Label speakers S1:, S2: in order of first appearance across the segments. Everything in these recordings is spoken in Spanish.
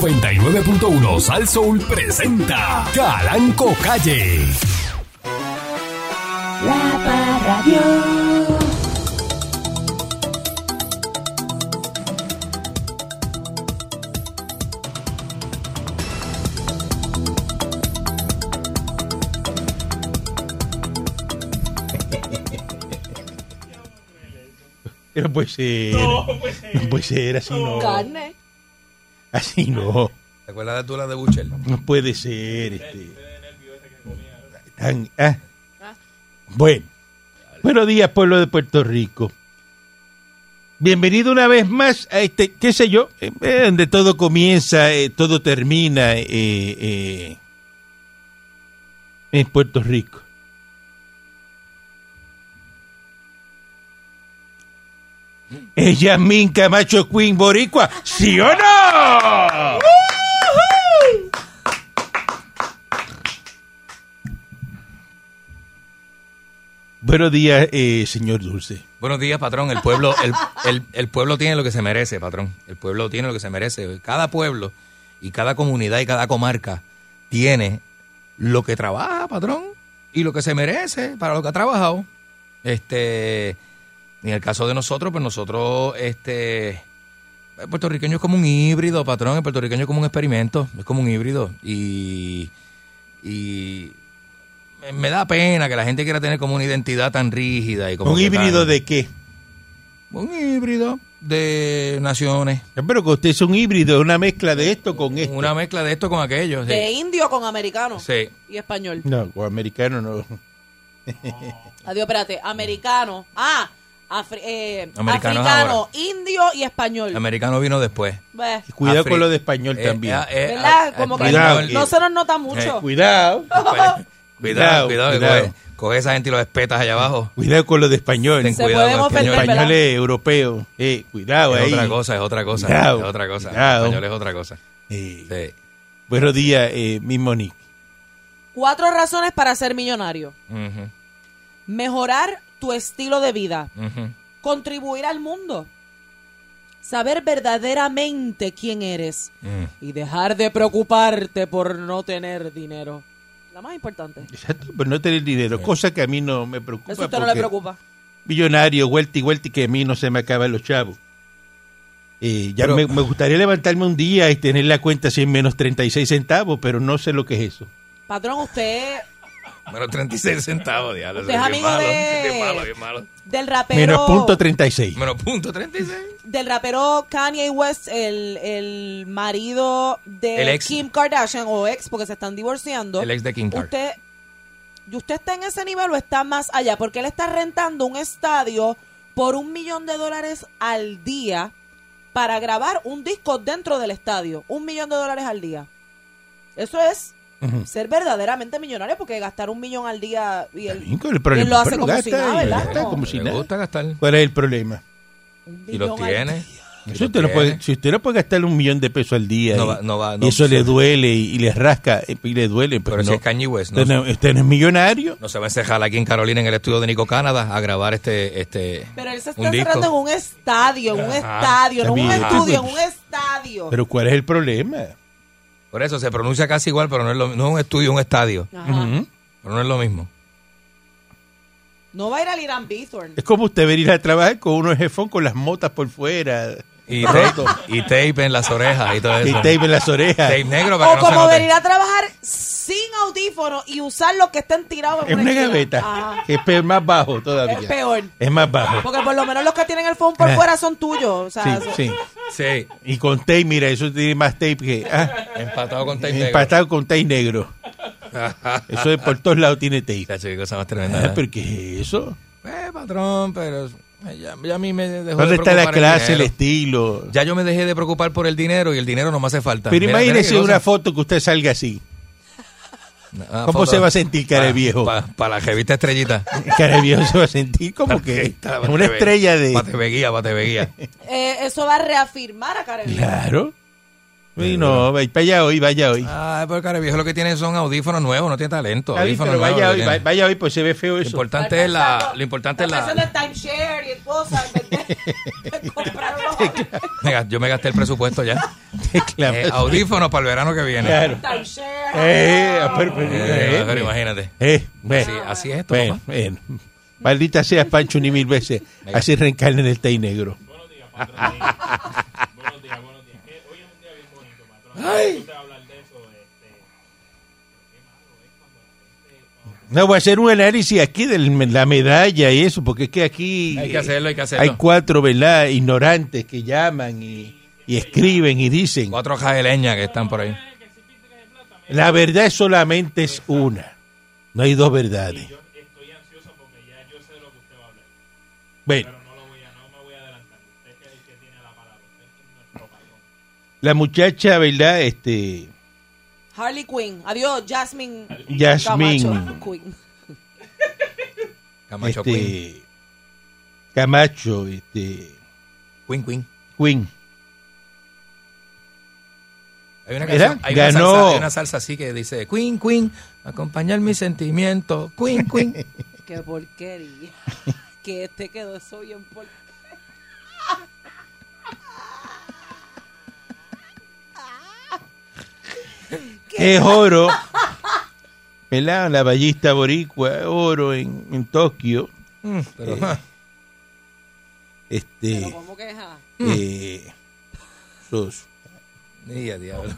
S1: 99.1 Sal Soul presenta Calanco Calle.
S2: La Parradio.
S3: Pero pues, eh, no puede ser. No puede ser. eh, así no.
S4: Carne.
S3: Así no.
S5: ¿Te acuerdas de tú las de Buchel?
S3: No puede ser. Este. Tan- ah. Bueno. Buenos días, pueblo de Puerto Rico. Bienvenido una vez más a este, qué sé yo, eh, eh, donde todo comienza, eh, todo termina eh, eh, en Puerto Rico. Es Yasmín Camacho Queen Boricua, ¿sí o no? Buenos días, eh, señor Dulce.
S5: Buenos días, patrón. El pueblo, el, el- el pueblo tiene lo que se merece, patrón. El pueblo tiene lo que se merece. Cada pueblo y cada comunidad y cada comarca tiene lo que trabaja, patrón, y lo que se merece para lo que ha trabajado. Este, en el caso de nosotros, pues nosotros, este, el puertorriqueño es como un híbrido, patrón. El puertorriqueño es como un experimento, es como un híbrido. Y, y me- me da pena que la gente quiera tener como una identidad tan rígida y como
S3: ¿Un
S5: que
S3: híbrido
S5: tan-
S3: de qué?
S5: un híbrido de naciones.
S3: Pero que usted es un híbrido, una mezcla de esto con esto.
S5: Una mezcla de esto con aquello.
S4: De
S5: Sí.
S4: indio con americano.
S5: Sí.
S4: Y español.
S3: No, con americano no.
S4: Adiós, espérate. Americano. Ah, afri- eh,
S5: Americano es
S4: africano,
S5: ahora.
S4: indio y español.
S5: El americano vino después.
S4: Ve,
S3: Cuidado
S5: Afri-
S3: con lo de español
S5: Eh,
S3: también.
S5: eh, eh,
S4: ¿Verdad?
S5: eh,
S4: Como que
S3: cuidado,
S4: no, no
S3: eh.
S4: se nos nota mucho.
S3: Cuidado.
S5: Cuidado, cuidado, que
S3: cuidado.
S5: Coge, coge esa gente y los espetas allá abajo.
S3: Cuidado con lo de español.
S5: Ten
S4: se
S5: cuidado
S4: pueden
S5: con el
S4: ofender,
S5: español.
S4: ¿verdad?
S3: español es europeo. Eh, cuidado
S5: Es
S3: ahí.
S5: otra cosa, es otra cosa.
S3: Cuidado,
S5: es otra cosa.
S3: cuidado.
S5: El español es otra cosa.
S3: Eh,
S5: Sí.
S3: Buenos días, eh, mi Monique.
S4: Cuatro razones para ser millonario.
S5: Ujú,
S4: Mejorar tu estilo de vida.
S5: ujú.
S4: Contribuir al mundo. Saber verdaderamente quién eres.
S5: Mm.
S4: Y dejar de preocuparte por no tener dinero. La más importante.
S3: Exacto, pero no tener dinero, cosa que a mí no me preocupa.
S4: Eso a usted no le
S3: porque
S4: preocupa.
S3: Millonario, vuelta y vuelta, y que a mí no se me acaban los chavos. Eh, ya
S5: Pero-
S3: me, me gustaría levantarme un día y tener la cuenta 100 menos 36 centavos, pero no sé lo que es eso.
S4: Patrón, usted
S5: Bueno, 36 centavos, diablo.
S4: Usted
S5: eso
S4: es
S5: bien
S4: amigo
S5: malo,
S4: de-
S5: bien malo, bien malo.
S4: del rapero.
S3: Menos punto 36.
S5: Menos punto 36.
S4: del rapero Kanye West, el, el marido de
S5: El ex.
S4: Kim Kardashian o ex, porque se están divorciando.
S5: El ex de Kim Kardashian.
S4: Usted, ¿y usted está en ese nivel o está más allá? Porque él está rentando un estadio por un millón de dólares al día para grabar un disco dentro del estadio. Un millón de dólares al día. Eso es
S3: Ujú.
S4: ser verdaderamente millonario, porque gastar un millón al día y
S3: Está
S4: el-
S3: bien, ¿cuál es el problema?
S4: lo hace
S3: Pero
S4: como si
S3: gasta
S4: nada,
S3: y
S4: ¿verdad?
S3: gasta
S4: No.
S3: como si
S5: Le
S3: nada.
S5: gusta gastar.
S3: ¿Cuál es el problema?
S4: un
S5: Y los
S4: millón al
S5: tiene. y
S3: Si
S5: los
S3: usted, no puede,
S5: tiene.
S3: si usted no puede gastar un millón de pesos al día
S5: No
S3: y,
S5: va- no va- no,
S3: y eso
S5: sí.
S3: le duele y, y le rasca eh, y le duele, pero,
S5: Pero
S3: no.
S5: si es Kanye West, no,
S3: usted, no, usted no es millonario.
S5: no se va a encejar aquí en Carolina en el estudio de Nico Canadá a grabar este, este
S4: Pero él se está
S5: un disco.
S4: cerrando en un estadio, en un estadio, no en un
S3: También.
S4: estudio, en un estadio.
S3: Pero ¿cuál es el problema?
S5: Por eso se pronuncia casi igual, pero no es, lo- no es un estudio, es un estadio.
S4: Ajá.
S3: Ujú.
S5: Pero no es lo mismo.
S4: No va a ir al Irán Bithorn.
S3: Es como usted venir a trabajar con unos jefón con las motas por fuera
S5: Y, ta- y tape en las orejas y todo
S3: y
S5: eso.
S3: tape en las orejas.
S5: Tape negro para
S4: O
S5: que no se
S4: como
S5: note.
S4: venir a trabajar sin audífono y usar los que están tirados en
S3: Es una
S4: esquina.
S3: gaveta
S4: Ajá.
S3: que es pe- más bajo todavía.
S4: Ah. Es peor.
S3: Es más bajo.
S4: Porque por lo menos los que tienen el phone por
S3: Ah.
S4: fuera son tuyos. O sea,
S3: Sí,
S4: son-
S3: sí.
S5: Sí,
S3: Y con tape, mira, eso tiene más tape que... ah,
S5: empatado con tape negro.
S3: empatado con tape negro. Eso de por todos lados tiene tape.
S5: Chacho, qué cosa más tremenda.
S3: Ah,
S5: ¿verdad?
S3: ¿Pero qué es eso?
S5: Eh, patrón, pero ya, ya a mí me dejó
S3: ¿Dónde
S5: de
S3: está la
S5: preocupar el
S3: clase, el,
S5: dinero.
S3: estilo?
S5: Ya yo me dejé de preocupar por el dinero y el dinero no me hace falta.
S3: Pero
S5: Mira, mira
S3: imagínese
S5: qué cosa.
S3: una foto que usted salga así.
S5: Ah,
S3: ¿Cómo
S5: foto.
S3: se va a sentir, cara de
S5: Pa-
S3: viejo?
S5: pa- Para la revista Estrellita.
S3: Cara de viejo se va a sentir como que
S5: Estrellita,
S3: una
S5: Batebeguía.
S3: estrella de...
S5: Batebeguía, Batebeguía.
S4: eh, eso va a reafirmar a Karen.
S3: Claro. Y no, vaya allá hoy, vaya hoy.
S5: Ay, pero cara, viejo lo que tiene son audífonos nuevos, no tiene talento.
S3: Está bien,
S5: Audífonos
S3: pero vaya
S5: nuevos
S3: hoy,
S5: lo
S3: va-
S5: tiene.
S3: vaya hoy, pues se ve feo
S5: Lo
S3: eso.
S5: importante es la. Lo importante es
S4: Está haciendo
S5: la.
S4: el timeshare y cosas. ¿verdad? Compraron los
S5: me ga- Yo me gasté el presupuesto ya.
S3: Claro.
S5: Eh, audífonos para el verano que viene.
S3: Claro.
S4: timeshare.
S3: Eh, pero-
S5: Eh,
S3: pero- eh,
S5: pero imagínate.
S3: eh, bueno.
S5: Así, así es esto.
S3: Bueno,
S5: papá.
S3: bueno. Maldita sea Pancho ni mil veces. Así reencarna en el Tey Negro. No, voy a hacer un análisis aquí de la medalla y eso, porque es que aquí
S5: Hay que hacerlo, hay que
S3: hay
S5: hacerlo.
S3: cuatro, ¿verdad? Ignorantes que llaman y, y escriben y dicen.
S5: Cuatro jaeleñas que están por ahí.
S3: La verdad solamente es una. No hay dos verdades. Bueno. La muchacha, ¿verdad? Este,
S4: Harley Quinn. Adiós, Jasmine.
S3: Jasmine.
S4: Camacho Quinn.
S5: Camacho Queen.
S3: este, Camacho, este,
S5: Queen, Queen.
S3: Queen.
S5: Hay una,
S3: Mira,
S5: canción, hay, una
S3: ganó.
S5: salsa, hay una salsa así que dice Queen, Queen, acompañar mis sentimientos. Queen, Queen.
S4: Qué porquería. que este quedó eso bien porquería.
S3: Es oro, ¿verdad? La ballista boricua, es oro en, en Tokio.
S5: Mm, Pero,
S3: Eh,
S4: Pero
S3: Este,
S4: ¿cómo que es? ah?
S3: eh, sus-
S5: y a diablo.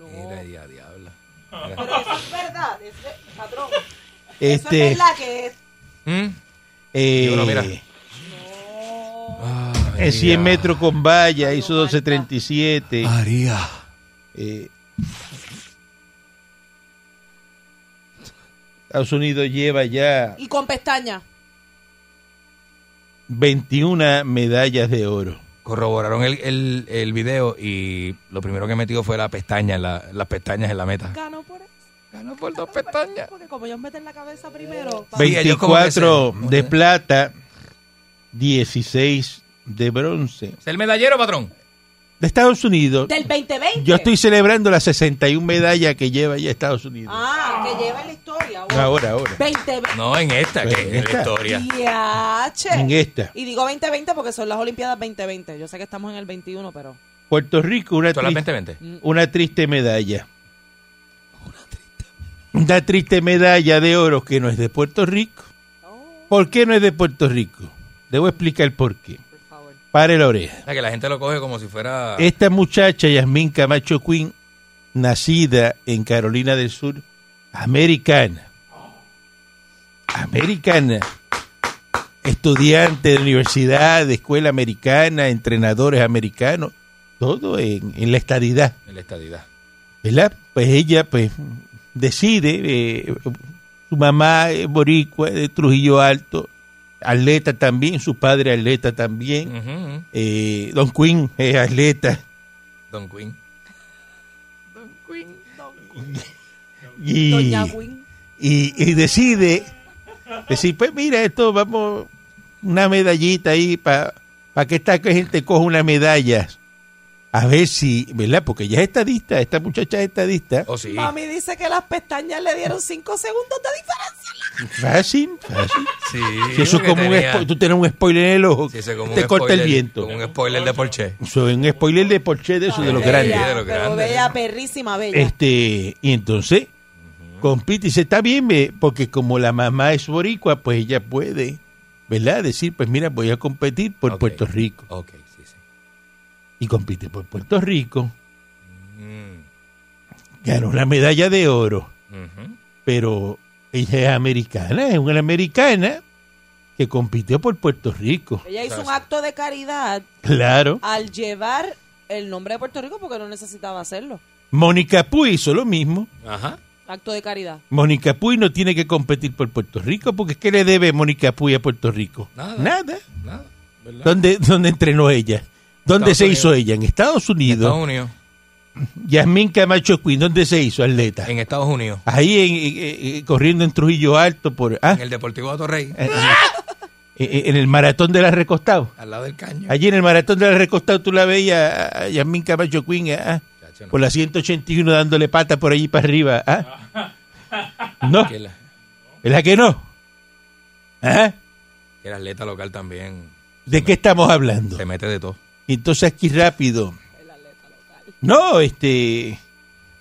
S4: No.
S5: Mira, y a diablo.
S4: Pero eso es verdad, ese, patrón. Eso
S3: este,
S4: es verdad que es.
S5: Mm.
S3: eh,
S5: Dímelo, mira.
S3: en 100 metros con valla, hizo 1237.
S5: María.
S3: Eh, Estados Unidos lleva ya
S4: Y con pestaña.
S3: 21 medallas de oro.
S5: Corroboraron el, el, el video y lo primero que metió fue la pestaña, la- las pestañas en la meta.
S4: Ganó por eso.
S5: Ganó por dos pestañas.
S4: Porque como ellos meten la cabeza primero. pa-
S5: Ve- Sí, ellos como que se-
S3: 24 de plata, 16 de bronce.
S5: Es el medallero, patrón.
S3: De Estados Unidos,
S4: Del 2020.
S3: yo estoy celebrando las 61 medallas que lleva ya Estados Unidos.
S4: Ah, que lleva la historia. Ah, bueno.
S3: Ahora, ahora.
S4: 2020.
S5: No, en esta, que
S3: En
S5: en la
S3: esta.
S5: historia.
S4: Diache.
S3: En esta.
S4: Y digo 2020 porque son las Olimpiadas 2020. Yo sé que estamos en el 21, pero.
S3: Puerto Rico, una,
S5: Solamente
S3: triste-
S5: 20.
S3: una triste medalla. Una triste medalla de oro que no es de Puerto Rico. ¿Por qué no es de Puerto Rico? Debo explicar por qué.
S4: Por favor.
S3: Pare la oreja.
S5: O sea, que la gente lo coge como si fuera...
S3: Esta muchacha, Yasmín Camacho Quinn, nacida en Carolina del Sur, americana. Americana. Estudiante de universidad, de escuela americana, entrenadores americanos, todo en, en la estadidad,
S5: En la estadidad.
S3: ¿verdad? Pues ella, pues, decide, eh, su mamá es boricua, de Trujillo Alto, atleta también, su padre atleta también,
S5: Ujú.
S3: eh, Don Quinn es atleta,
S5: Don Queen.
S3: Y,
S4: Doña Win.
S3: y, y decide decir, pues mira, esto vamos, una medallita ahí para que esta gente coja una medalla. A ver si, ¿verdad? Porque ella es estadista, esta muchacha es estadista.
S5: Oh, sí.
S4: Mami dice que las pestañas le dieron 5 segundos de diferencia.
S3: Fácil, fácil.
S5: Sí,
S3: Si eso es
S5: porque
S3: como un
S5: tenía-
S3: spo- tú tienes un spoiler en el ojo,
S5: Sí, ese como
S3: te
S5: un
S3: corta el
S5: spoiler-
S3: viento.
S5: Como un Ah, spoiler de Porsche.
S3: Eso es un spoiler de Porsche de eso, de los
S5: Bella.
S3: grandes.
S4: Bella,
S5: de los
S4: pero
S5: grandes.
S4: Bella, perrísima, bella.
S3: Este, y entonces, compite y dice, está bien, ve, porque como la mamá es boricua, pues ella puede, ¿verdad? Decir, pues mira, voy a competir por
S5: Ok.
S3: Puerto Rico.
S5: Ok, sí, sí.
S3: Y compite por Puerto Rico,
S5: Mm,
S3: ganó la medalla de oro,
S5: ujú.
S3: pero ella es americana, es una americana que compitió por Puerto Rico.
S4: Ella hizo un
S5: Gracias.
S4: acto de caridad
S3: Claro.
S4: al llevar el nombre de Puerto Rico porque no necesitaba hacerlo.
S3: Mónica Puy hizo lo mismo.
S5: Ajá.
S4: Acto de caridad.
S3: Mónica Puy no tiene que competir por Puerto Rico, porque ¿qué le debe Mónica Puy a Puerto Rico?
S5: Nada.
S3: Nada.
S5: Nada. ¿Verdad?
S3: ¿Dónde, dónde entrenó ella? ¿Dónde
S5: Estados
S3: se
S5: Unidos.
S3: hizo ella? En Estados
S5: Estados
S3: Unidos.
S5: Unidos.
S3: Yasmín Camacho Quinn, ¿dónde se hizo atleta?
S5: En Estados Unidos.
S3: Ahí en- en- en- corriendo en Trujillo Alto por... ah,
S5: En el Deportivo de Torrey.
S3: eh, eh, en el maratón de la recostado.
S5: Al lado del caño.
S3: Allí en el maratón de la recostado tú la veías a, a Yasmín Camacho Queen ah,
S5: Chacho, no.
S3: por la 181 dándole pata por allí para arriba. ah. No,
S5: Que, la-
S3: ¿verdad que no? ¿Ah?
S5: que el atleta local también
S3: ¿De qué estamos hablando?
S5: se mete de todo.
S3: Entonces aquí rápido. No, este,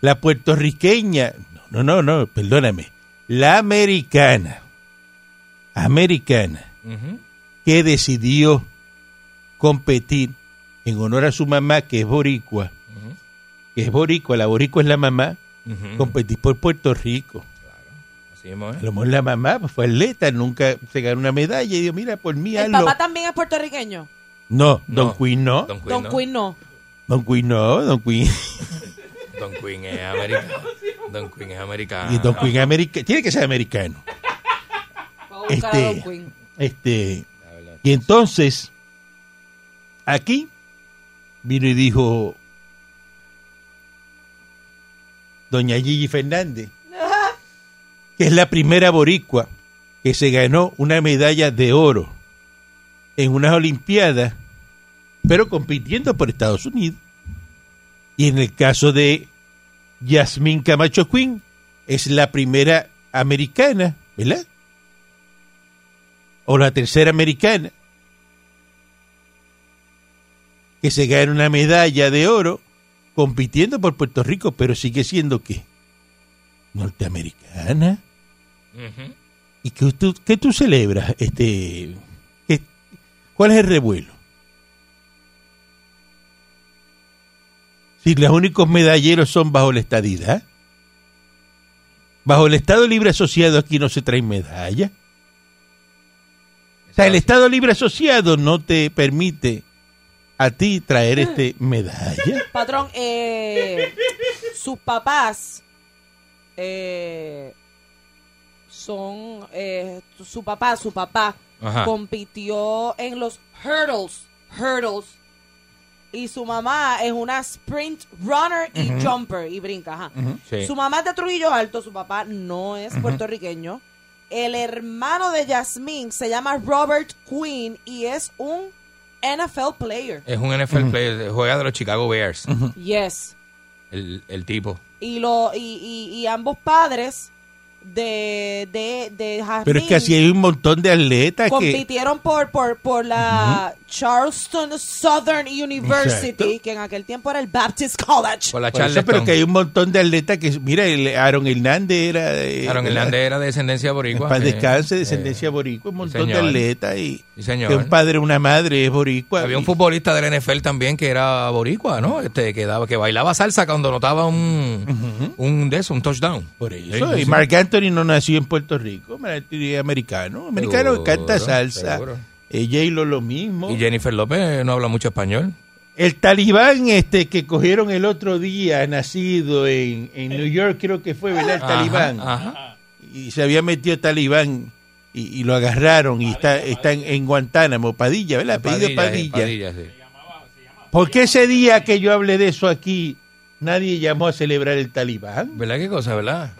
S3: la puertorriqueña, no, no, no, no, perdóname, la americana, americana,
S5: Ujú.
S3: que decidió competir en honor a su mamá, que es boricua,
S5: Ujú.
S3: que es boricua, la boricua es la mamá,
S5: Ujú.
S3: competir por Puerto Rico.
S5: Así mismo,
S3: A
S5: ¿eh?
S3: lo mejor la mamá pues, fue atleta, nunca se ganó una medalla y dijo, mira, por mí
S4: El
S3: hazlo.
S4: papá también es puertorriqueño.
S3: No, Don
S5: No.
S3: Quinn no,
S5: Don Quinn.
S4: Don
S5: ¿no?
S4: Quinn no.
S3: Don Quinn no, Don Quinn.
S5: Don Quinn es americano. Don Quinn es americano.
S3: Y Don Quinn es america- tiene que ser americano.
S4: Vamos a buscar a Don
S3: Este,
S4: Quinn.
S3: Este, y entonces, aquí vino y dijo Doña Gigi Fernández, que es la primera boricua que se ganó una medalla de oro en unas Olimpiadas, pero compitiendo por Estados Unidos. Y en el caso de Yasmín Camacho Quinn, es la primera americana, ¿verdad? o la tercera americana que se gana una medalla de oro compitiendo por Puerto Rico, pero sigue siendo qué? Norteamericana.
S5: Ujú.
S3: ¿Y qué tú, qué tú celebras? Este, ¿qué- ¿Cuál es el revuelo? Si los únicos medalleros son bajo la estadidad. Bajo el Estado Libre Asociado aquí no se traen medallas. O sea, el Estado Libre Asociado no te permite a ti traer este medalla.
S4: Patrón, eh, sus papás eh, son. eh, su papá, su papá
S5: Ajá.
S4: compitió en los hurdles. Hurdles. Y su mamá es una sprint runner y jumper y brinca. Ajá.
S5: Sí.
S4: Su mamá es de Trujillo Alto, su papá no es puertorriqueño. El hermano de Yasmín se llama Robert Quinn y es un NFL player.
S5: Es un NFL player, juega de los Chicago Bears,
S4: Yes.
S5: el, el tipo.
S4: y lo y, y, y ambos padres de de, de Jazmín
S3: Pero es que así hay un montón de atletas que...
S4: compitieron por por por la Charleston Southern University
S3: Exacto.
S4: que en aquel tiempo era el Baptist College
S5: Con la
S3: Por eso,
S5: Charleston.
S3: pero que hay un montón de atletas que... Mira, el Aaron Hernández era... de-
S5: Aaron Hernández era de descendencia boricua.
S3: Para
S5: sí.
S3: descanse,
S5: Eh,
S3: descendencia boricua, un montón de
S5: señor.
S3: atletas y...
S5: sí, señor.
S3: Que un padre, una madre es boricua.
S5: Había un
S3: y-
S5: futbolista del NFL también que era boricua, ¿no? Este, que, daba, que bailaba salsa cuando notaba un, un de eso, un touchdown.
S3: Por eso.
S5: Sí,
S3: y
S5: sí.
S3: Mark Anthony no nació en Puerto Rico, Marc Anthony es americano. Americano
S5: Seguro,
S3: canta salsa.
S5: seguro.
S3: Eh, J-Lo lo mismo.
S5: Y Jennifer López no habla mucho español.
S3: El talibán este que cogieron el otro día, nacido en, en New York, creo que fue, ¿verdad? El
S5: Eh. Ajá,
S3: talibán.
S5: ajá.
S3: Y se había metido talibán y, y lo agarraron y está, está en, en Guantánamo, Padilla, ¿verdad? Apellido
S5: sí,
S3: Padilla.
S5: Padilla, sí.
S3: ¿Por qué ese día que yo hablé de eso aquí, nadie llamó a celebrar el talibán?
S5: ¿Verdad qué cosa, verdad?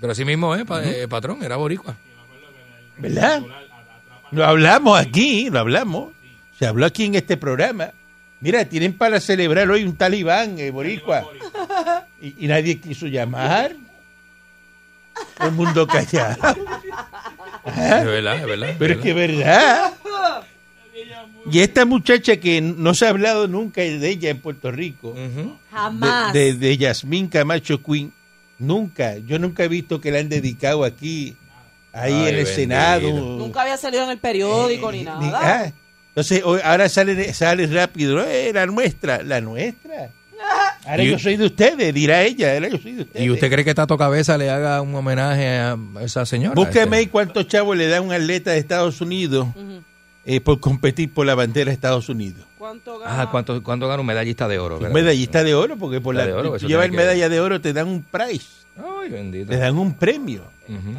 S5: Pero así mismo, ¿eh? pa- eh, patrón, era boricua.
S3: ¿Verdad? Lo hablamos aquí, lo hablamos. Se habló aquí en este programa. Mira, tienen para celebrar hoy un talibán, eh, boricua. Y, y nadie quiso llamar. Todo el mundo callado.
S5: Es verdad, es verdad.
S3: ¿Eh? Pero es
S5: verdad.
S3: que es verdad. Y esta muchacha que no se ha hablado nunca de ella en Puerto Rico,
S5: Ujú.
S4: jamás
S3: de, de, de Yasmín Camacho Quinn, nunca. Yo nunca he visto que la han dedicado aquí, ahí
S5: Ay,
S3: en el
S5: bendito.
S3: Senado.
S4: nunca había salido en el periódico ni
S3: Eh,
S4: nada
S3: ah, entonces hoy- ahora sale, sale rápido, eh, la nuestra, la nuestra. Ahora
S5: Y-
S3: yo soy de ustedes, dirá ella, ahora yo soy de ustedes.
S5: ¿Y usted cree que Tato Cabeza le haga un homenaje a esa señora?
S3: Búsqueme ahí
S5: Este,
S3: cuántos chavos le da un atleta de Estados Unidos
S4: Ujú.
S3: eh, por competir por la bandera de Estados Unidos.
S4: cuánto gana
S5: Ah, ¿cuánto, ¿cuánto gana un medallista de oro?
S3: Un
S5: verdad?
S3: medallista de oro, porque por la,
S5: Medalla de oro, pues eso
S3: lleva el
S5: tiene que ver.
S3: medalla de oro te dan un prize,
S5: Ay, bendito.
S3: te dan un premio.
S5: Ujú.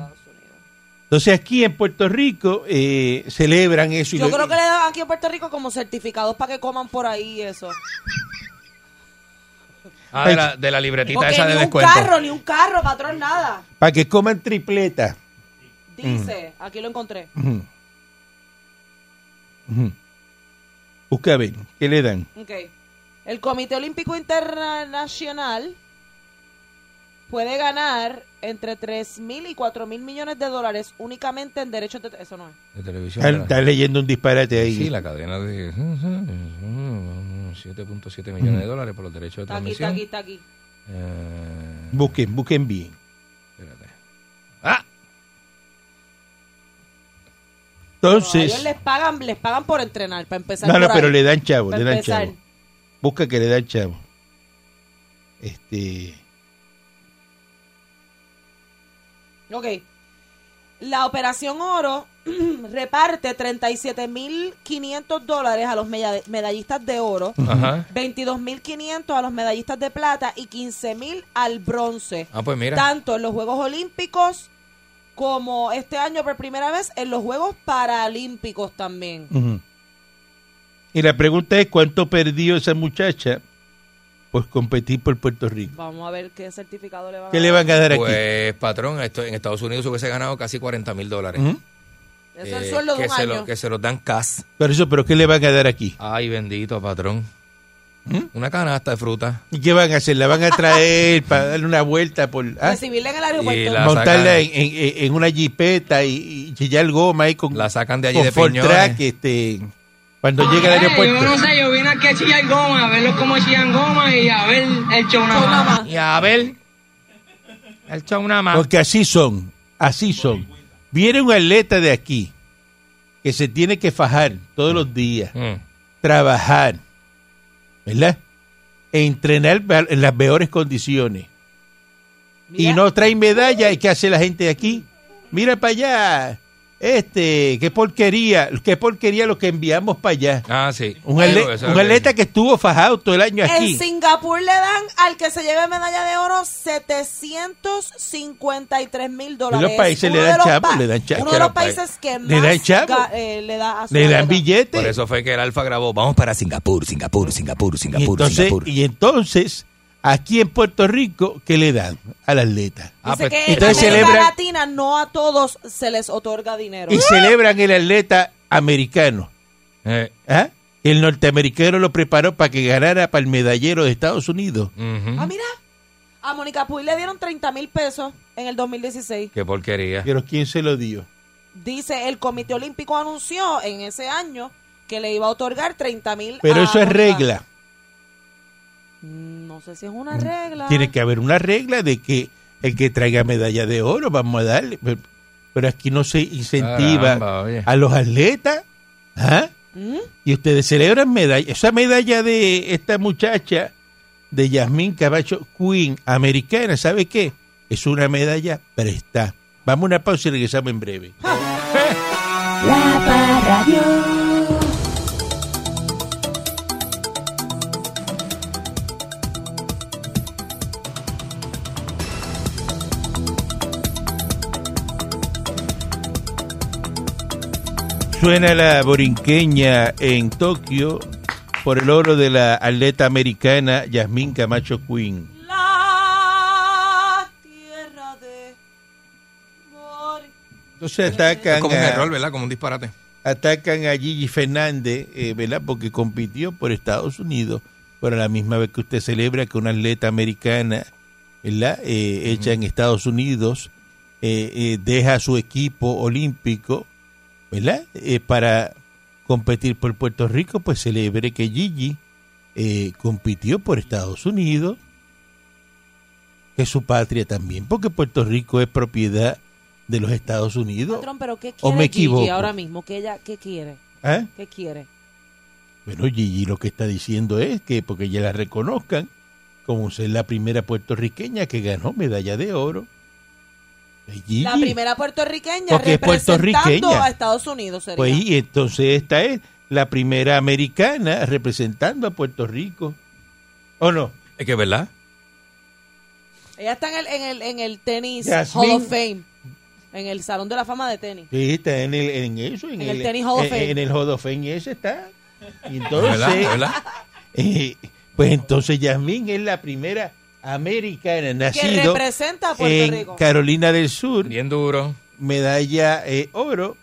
S3: Entonces aquí en Puerto Rico eh, celebran eso. y
S4: yo
S3: lo-
S4: creo que le dan aquí en Puerto Rico como certificados para que coman por ahí eso
S5: Ah, de la, de la libretita
S4: porque
S5: esa de
S4: ni un
S5: descuento.
S4: carro ni un carro patrón nada
S3: Para que coman tripleta.
S4: dice aquí lo encontré
S3: Ujú. Busca a ver, ¿qué le dan?
S4: Ok. El Comité Olímpico Internacional puede ganar entre 3 mil y 4 mil millones de dólares únicamente en derechos de... Eso no es.
S5: De televisión.
S3: Está, está leyendo un disparate ahí.
S5: Sí, la cadena de 7.7 millones de dólares por los derechos de
S4: Está aquí, está
S5: transmisión.
S4: aquí, está aquí.
S5: Eh,
S3: Busquen, busquen bien.
S5: espérate. ¡Ah!
S4: No, a ellos
S3: Entonces,
S4: les pagan, les pagan por entrenar, para empezar.
S3: no, no,
S4: por
S3: pero
S4: ahí.
S3: le dan chavo,
S4: Para
S3: le dan
S4: empezar.
S3: chavo. Busca que le dan chavo. Este,
S4: Ok. La Operación Oro reparte 37.500 dólares a los meda- medallistas de oro,
S3: Mm.
S5: Ajá.
S4: 22.500 a los medallistas de plata y 15.000 al bronce.
S5: Ah, pues mira.
S4: Tanto en los Juegos Olímpicos como este año por primera vez en los Juegos Paralímpicos también.
S3: ujú. Y la pregunta es, ¿cuánto perdió esa muchacha por competir por Puerto Rico?
S4: Vamos a ver qué certificado le van a
S3: ¿Qué le van a dar aquí?
S5: Pues, patrón, esto, en Estados Unidos se hubiese ganado casi 40 mil dólares.
S3: Ujú.
S4: dar. Es el
S5: Eh,
S4: sueldo de
S5: que
S4: un
S5: se
S4: año.
S5: lo- que se los dan cash.
S3: Por eso, pero ¿qué le van a dar aquí?
S5: Ay, bendito, patrón. Una canasta de fruta.
S3: ¿Y qué van a hacer? ¿La van a traer para darle una vuelta por... ah?
S4: Recibirle en el aeropuerto.
S5: Y la-
S3: montarla
S5: sacan.
S3: en, en- en- en una jipeta y, y chillar goma ahí con
S5: La sacan de allí
S3: con
S5: de
S3: Ford
S5: Piñones.
S3: Track, este cuando llega al
S2: Eh,
S3: aeropuerto
S2: Yo no sé, yo vine aquí a chillar goma, a verlos cómo chillan goma y a ver el show nada más.
S4: Son nada más.
S5: Y a ver. El chau nada más.
S3: porque así son así son viene un atleta de aquí que se tiene que fajar todos los días
S5: Mm.
S3: trabajar ¿verdad? entrenar pa- en las peores condiciones y
S4: Mira,
S3: no trae medalla y qué hace la gente de aquí mira para allá este qué porquería qué porquería lo que enviamos para allá
S5: Ah, sí.
S3: Un,
S5: Algo,
S3: atle-
S5: eso
S3: un
S5: es lo que-
S3: atleta que estuvo fajado todo el año aquí.
S4: En Singapur le dan al que se lleve medalla de oro 753 mil dólares.
S3: En los países
S4: Uno
S3: le
S4: de
S3: dan
S4: los
S3: chavo,
S4: pa-
S3: le dan chavo.
S4: Uno
S5: Que
S4: de los
S5: los pa-
S4: países que más
S3: le dan chavo.
S4: ga- eh, le da a su
S3: Le dan
S4: atleta.
S3: billetes.
S5: Por eso fue que el Alfa grabó. Vamos para Singapur, Singapur, Singapur,
S3: y,
S5: Singapur,
S3: entonces,
S5: Singapur.
S3: y entonces, aquí en Puerto Rico, ¿qué le dan al atleta?
S5: Ah,
S4: Dice que
S5: pues,
S4: en
S3: entonces
S4: América
S3: celebran-
S4: Latina no a todos se les otorga dinero.
S3: Y celebran el atleta americano.
S5: Eh,
S3: ¿ah? El norteamericano lo preparó para que ganara para el medallero de Estados Unidos.
S5: ujú.
S4: Ah, mira. A Mónica Puy le dieron 30 mil pesos en el 2016.
S5: Qué porquería.
S3: Pero ¿quién se lo dio?
S4: Dice, el Comité Olímpico anunció en ese año que le iba a otorgar 30 mil.
S3: Pero eso es regla.
S4: Mm, No sé si es una regla.
S3: Tiene que haber una regla de que el que traiga medalla de oro, vamos a darle. Pero, pero aquí no se incentiva
S5: Caramba, oye.
S3: a los atletas. ¿ah?
S4: ¿Mm?
S3: Y ustedes celebran medalla. Esa medalla de esta muchacha, de Yasmín Cabacho Queen, americana, ¿sabe qué? Es una medalla presta. Vamos a una pausa y regresamos en breve.
S6: La Parradio.
S3: Suena la borinqueña en Tokio por el oro de la atleta americana Yasmín Camacho Queen.
S4: La tierra de amor.
S3: Entonces atacan
S5: Es como un
S3: a-
S5: error, ¿verdad? Como un disparate.
S3: atacan a Gigi Fernández, eh, ¿verdad? Porque compitió por Estados Unidos, pero a la misma vez que usted celebra que una atleta americana, ¿verdad? Eh, hecha en Estados Unidos, eh, eh, deja a su equipo olímpico, ¿verdad? Eh, para competir por Puerto Rico, pues celebre que Gigi eh, compitió por Estados Unidos, que es su patria también, porque Puerto Rico es propiedad de los Estados Unidos.
S4: Patrón, pero ¿qué
S3: ¿O
S4: quiere
S3: me
S4: Gigi
S3: equivoco?
S4: ahora mismo? ¿Qué, ella, ¿Qué quiere?
S3: ¿Ah?
S4: ¿Qué quiere?
S3: Bueno, Gigi lo que está diciendo es que porque ya la reconozcan como ser la primera puertorriqueña que ganó medalla de oro. Pues, Gigi.
S4: La primera puertorriqueña
S3: Porque es
S4: representando
S3: puertorriqueña.
S4: a Estados Unidos sería.
S3: Pues y entonces esta es la primera americana representando a Puerto Rico. ¿O no?
S5: Es que, ¿verdad?
S4: Ella está en el, en el, en el tenis
S3: Yasmín.
S4: Hall of Fame. En el Salón de la Fama de Tenis.
S3: Sí, está en, el, en eso, en,
S4: En el tenis Hall of
S3: en-
S4: Fame.
S3: en el Hall of Fame ese está. Y entonces,
S5: ¿Verdad? ¿Verdad?
S3: eh, pues entonces Yasmín es la primera americana
S4: Que
S3: nacido
S4: representa a Puerto
S3: en
S4: Rico.
S3: Carolina del Sur.
S5: Bien duro.
S3: medalla eh, oro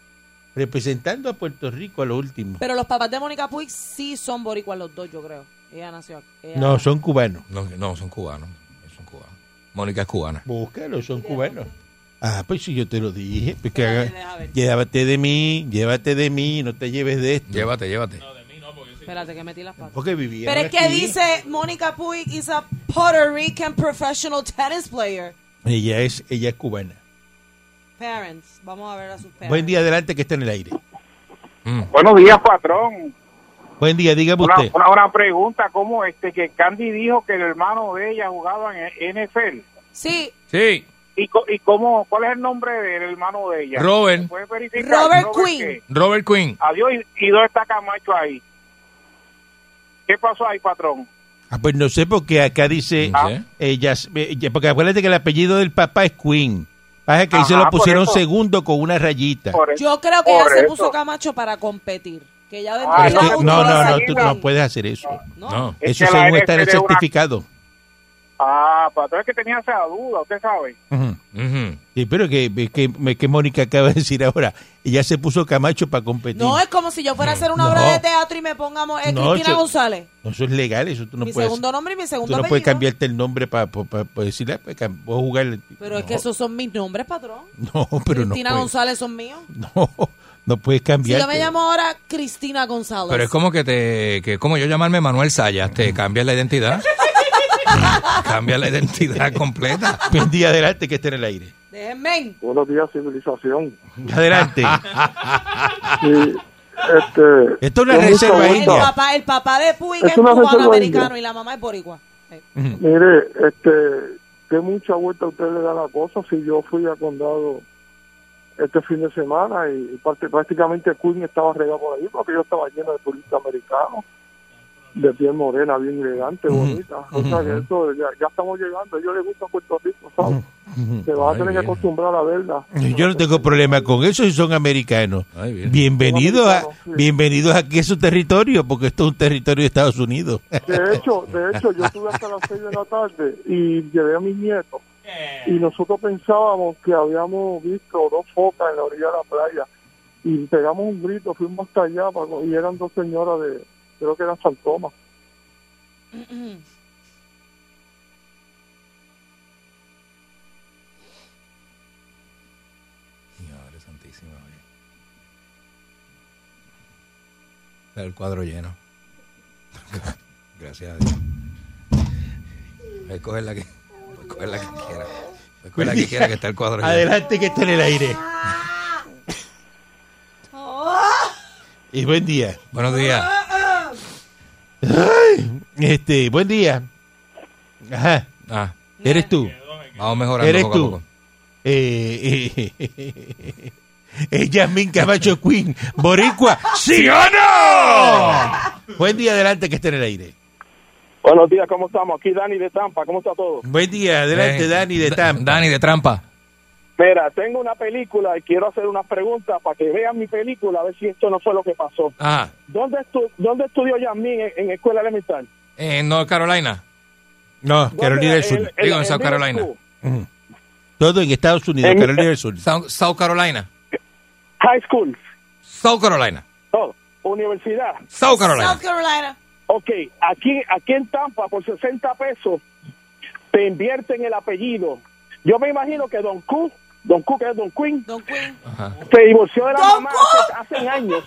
S3: representando a Puerto Rico a lo último.
S4: Pero los papás de Mónica Puig sí son boricuas los dos, yo creo. Ella nació aquí. ella-
S3: No, son cubanos.
S5: No, no, son cubanos. Son cubanos. Mónica es cubana.
S3: Búscalo, son cubanos. Ah, pues si yo te lo dije. Pues que
S4: Deja
S3: haga-
S4: ver, deja ver.
S3: llévate de mí, llévate de mí, no te lleves de esto.
S5: Llévate, llévate.
S4: Espérate, que metí las patas.
S3: Porque vivía.
S4: Pero es que dice Mónica Puig is a Puerto Rican professional tennis player.
S3: Ella es, ella es cubana.
S4: Parents, vamos a ver a sus parents.
S3: Buen día, adelante, que está en el aire.
S5: Mm.
S7: Buenos días, patrón.
S3: Buen día, dígame
S7: Una,
S3: usted.
S7: una, una pregunta, ¿cómo este que Candy dijo que el hermano de ella jugaba en el NFL?
S4: Sí,
S5: Sí,
S7: ¿Y, co- y cómo, cuál es el nombre del hermano de ella?
S5: Robert.
S7: ¿Puede verificar?
S4: Robert
S7: qué?
S4: Quinn.
S5: Robert Quinn.
S7: Adiós, y, y dónde está Camacho ahí? ¿Qué pasó ahí, patrón?
S3: Ah, pues no sé, porque acá dice.
S5: No sé.
S3: eh, Yas- eh, ya- porque acuérdate que el apellido del papá es Queen. Pasa que ahí se
S7: Ajá,
S3: lo
S7: por
S3: pusieron
S7: eso.
S3: segundo con una rayita.
S7: Por eso-
S4: yo creo que ella
S7: por
S4: se
S7: eso.
S4: puso Camacho para competir. Que ya
S7: Ah, no,
S3: Pero tú- no, no, no, tú
S7: rayita.
S3: no puedes hacer eso.
S5: No.
S7: Es
S3: Eso
S7: que la
S3: según está en
S7: NFL
S3: el
S7: es una-
S3: certificado.
S7: Ah, patrón, es que tenía esa duda, usted sabe.
S3: Ujú.
S5: Ujú.
S3: Sí, pero que, que, que Mónica acaba de decir ahora, ella se puso Camacho para competir.
S4: No, es como si yo fuera a hacer una
S3: No.
S4: obra de teatro y me pongamos eh,
S3: No,
S4: Cristina
S3: yo-
S4: González.
S3: No, eso es legal, eso tú no
S4: mi
S3: puedes.
S4: segundo nombre y mi
S3: tú
S4: segundo
S3: no puedes
S4: apellido.
S3: cambiarte el nombre para decirle, pues, cam- voy a jugar.
S4: Pero es
S3: No,
S4: que esos son mis nombres, patrón.
S3: No, pero no.
S4: Cristina
S3: puedes.
S4: González son míos.
S3: No, no puedes
S4: Si
S3: cambiar.
S4: yo me llamo ahora Cristina González.
S5: Pero es como que te. Que como yo llamarme Manuel Sayas, te cambias la identidad. cambias la identidad completa.
S3: Buen día, Pues, adelante, que esté en el aire.
S4: Déjenme.
S8: Buenos días, civilización.
S3: Adelante.
S8: Sí, este,
S3: Esto es una
S8: con mucho
S3: reserva
S8: gusto.
S4: El
S3: Venga. india.
S4: papá, el papá de Puig
S8: Es
S4: es
S8: una reserva
S4: cubano-americano
S8: india.
S4: y la mamá es boricua. Eh,
S8: Mire, este, qué mucha vuelta usted le da a la cosa. Si yo fui a condado este fin de semana y, parte- prácticamente Queen estaba regado por ahí porque yo estaba lleno de turistas americanos, de piel morena, bien elegante, bonita. O sea, que eso, ya, ya estamos llegando. Yo le gusta Puerto Rico, ¿sabes? Se va a
S5: Ay,
S8: tener que
S5: bien.
S8: acostumbrar a verla.
S3: Yo no tengo problema con eso si son americanos.
S5: Ay, bien.
S3: Bienvenidos a,
S8: Americanos, sí.
S3: bienvenidos aquí a su territorio, porque esto es un territorio de Estados Unidos.
S8: De hecho, de hecho, yo estuve hasta las seis de la tarde y llevé a mis nietos.
S5: Eh.
S8: Y nosotros pensábamos que habíamos visto dos focas en la orilla de la playa. Y pegamos un grito, fuimos hasta allá para- y eran dos señoras de, creo que eran San Tomás.
S5: Madre santísima. oye. Está el cuadro lleno. Gracias a Dios. Puedes coger la que, puedes coger la que quiera. Puedes coger la que quiera que está el cuadro lleno.
S3: Adelante, que esté en el aire. Y buen día.
S5: Buenos días.
S3: Este, buen día. Ajá,
S5: Ah,
S3: eres tú.
S5: vamos mejorando
S3: Eres
S5: poco a
S3: tú.
S5: poco.
S3: Eh, eh, es Yasmín Camacho Queen, Boricua, ¿sí o no? Buen día, adelante, que esté en el aire.
S7: Buenos días, ¿cómo estamos? Aquí Dani de Tampa, ¿cómo está todo?
S3: Buen día, adelante,
S5: Eh,
S3: Dani de
S5: Da-
S3: Tampa.
S5: Dani de Trampa.
S7: Mira, tengo una película y quiero hacer unas preguntas para que vean mi película, a ver si esto no fue lo que pasó.
S5: Ajá.
S7: ¿Dónde, estu- dónde estudió Yasmín en, en escuela elemental?
S5: Eh, En North Carolina.
S3: No, Carolina del
S7: El-
S3: Sur.
S7: el-
S5: Digo, en
S7: el
S5: South
S7: Middle
S5: Carolina.
S7: School,
S3: Todo en Estados Unidos,
S7: En-
S3: Carolina del Sur.
S5: South, South Carolina.
S7: High School.
S5: South Carolina.
S7: No, universidad.
S5: South Carolina.
S4: South Carolina.
S7: Ok, aquí, aquí en Tampa por 60 pesos te invierten el apellido. Yo me imagino que Don Q, Don Q que es Don Quinn,
S4: Don Quinn.
S5: Ajá.
S7: se divorció de la
S4: Don
S7: mamá
S4: Q.
S7: hace, hace años.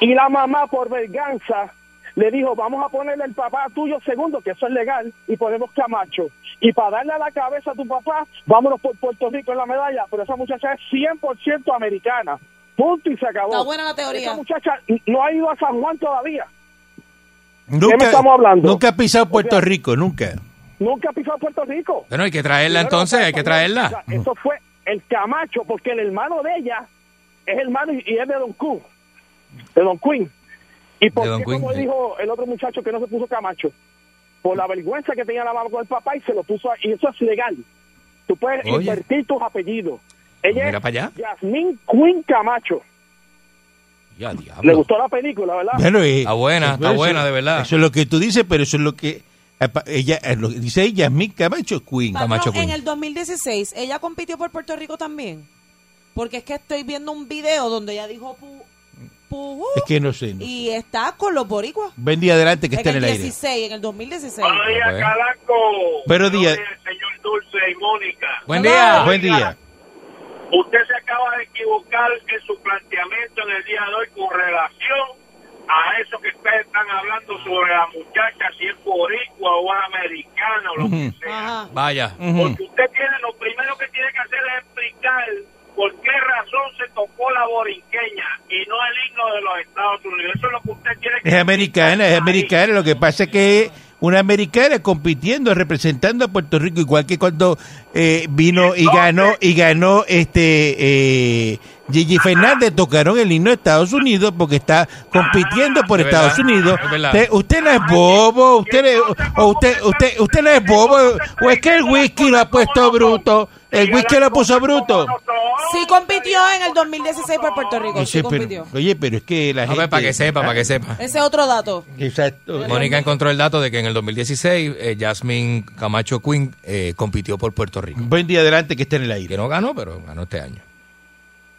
S7: Y la mamá por venganza le dijo, vamos a ponerle el papá tuyo segundo, que eso es legal, y ponemos Camacho. Y para darle a la cabeza a tu papá, vámonos por Puerto Rico en la medalla, pero esa muchacha es 100% americana. Punto y se acabó.
S4: Está buena la teoría.
S7: Esa muchacha no ha ido a San Juan todavía.
S3: Nunca,
S7: estamos hablando?
S3: Nunca ha pisado Puerto Rico, nunca.
S7: Nunca pisó a Puerto Rico.
S5: Bueno, hay que traerla
S7: Primero,
S5: entonces, hay que
S7: o sea,
S5: traerla.
S7: Eso fue el Camacho, porque el hermano de ella es hermano y y es de Don Q, de Don Quinn. Y por
S5: De Don
S7: qué,
S5: Quinn,
S7: como
S5: sí.
S7: dijo el otro muchacho que no se puso Camacho, por la vergüenza que tenía la mamá con el papá y se lo puso, a- y eso es legal. Tú puedes
S5: Oye. Pues
S7: invertir tus apellidos. Ella
S5: Mira
S7: es
S5: para allá.
S7: Yasmín Quinn Camacho.
S5: Ya,
S7: Le
S5: diablo.
S7: gustó la película, ¿verdad?
S3: Bueno, eh,
S5: Está buena, está
S3: eso-
S5: buena, de verdad.
S3: Eso es lo que tú dices, pero eso es lo que apa- ella eh, lo que dice ella, mi Camacho Queen.
S5: Camacho
S4: Patrón,
S5: Quinn.
S4: en el 2016, ella compitió por Puerto Rico también. Porque es que estoy viendo un video donde ella dijo pu, pu-
S3: Es que no sé. no sé.
S4: y está con los boricuas.
S3: Buen día adelante que esté en
S4: en
S3: el
S4: el
S3: aire.
S4: 16, en el 2016.
S9: Buenos días,
S5: Bueno.
S9: Calanco.
S3: Buenos días.
S9: Señor Dulce y Mónica.
S5: Buen día.
S3: Buen día.
S9: Usted se acaba de equivocar en su planteamiento en el día de hoy con relación a eso que ustedes están hablando sobre la muchacha, si es boricua o es americana o lo que
S3: Ujú.
S9: sea.
S4: Ajá.
S5: Vaya.
S3: Ujú.
S9: Porque usted tiene, lo primero que tiene que hacer es explicar por qué razón se tocó la borinqueña y no el himno de los Estados Unidos. Eso es lo que usted tiene que
S3: Es americana, es
S9: explicar.
S3: americana. Lo que pasa es que es una americana compitiendo, representando a Puerto Rico, igual que cuando eh, vino y ganó y ganó este eh, Gigi Fernández, tocaron el himno de Estados Unidos porque está compitiendo por
S5: Ah, Es
S3: Estados
S5: verdad,
S3: Unidos.
S5: es verdad.
S3: Usted, usted no es bobo, usted, es- o usted, usted, usted no es bobo, o es que el whisky lo ha puesto bruto, el whisky lo puso bruto.
S4: Sí compitió en el 2016 por Puerto Rico.
S3: Oye,
S4: Sí
S3: pero,
S4: compitió.
S3: oye, pero es que la
S5: A
S3: gente...
S5: ver, pues, para que sepa, para que sepa.
S7: Eh,
S4: Ese es otro dato.
S3: Exacto.
S5: Mónica encontró el dato de que en el 2016 eh, Jasmine Camacho Quinn eh, compitió por Puerto Rico.
S3: Buen día adelante que esté en el aire.
S5: Que no ganó, pero ganó este año.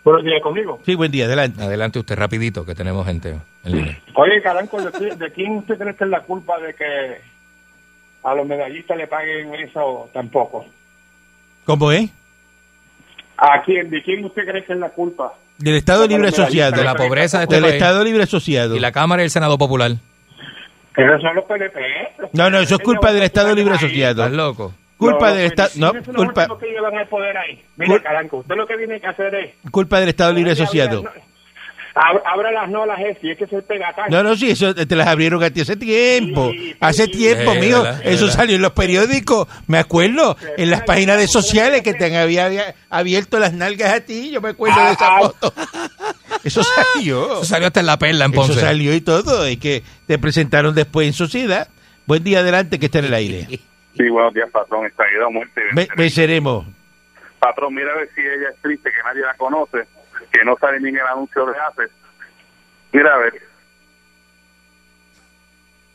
S9: Buenos días conmigo.
S3: Sí, buen día, adelante.
S5: Adelante usted rapidito, que tenemos gente en línea.
S9: Oye, Caranco, ¿de, qui- de quién usted cree que es la culpa de que a los medallistas le paguen eso tampoco?
S3: ¿Cómo es?
S9: ¿A quién? ¿De quién usted cree que es la culpa?
S3: Del Estado Libre Asociado.
S5: De la pobreza de este
S3: Del
S5: país.
S3: Estado Libre Asociado.
S5: Y la Cámara y el Senado Popular.
S9: Pero son los PNP. los
S3: No, no, eso es
S9: PNP
S3: culpa del
S9: que
S3: Estado
S9: llevan
S3: Libre
S9: ahí.
S5: ¿Estás
S3: Asociado.
S5: loco?
S3: Culpa
S9: Los
S3: del Estado...
S9: PNP
S3: No,
S9: son los
S3: culpa,
S9: últimos que llevan el poder ahí. Mira,
S3: Cul-
S9: Caranco, usted lo que tiene que hacer es...
S3: culpa del Estado Libre Asociado.
S9: Ab- Abra las no las es, y es que se pega acá.
S3: No, no, sí, eso te las abrieron a ti hace tiempo.
S9: Sí, sí,
S3: Hace
S9: sí.
S3: tiempo,
S5: Es
S3: mío.
S5: verdad, es
S3: Eso
S5: verdad.
S3: salió en los periódicos. Me acuerdo. En las páginas de sociales que te han había- había abierto las nalgas a ti. Yo me acuerdo de esa
S9: Ah,
S3: foto. Eso salió.
S5: Eso salió hasta en la perla en Ponce.
S3: Eso salió y todo, y que te presentaron después en sociedad. Buen día adelante, que está en el aire.
S10: Sí, buenos días, patrón. Está ahí a muerte.
S3: Ve- Venceremos.
S10: Patrón, mira a ver si ella es triste, que nadie la conoce, que no sale ni en el anuncio de hace. Mira a ver.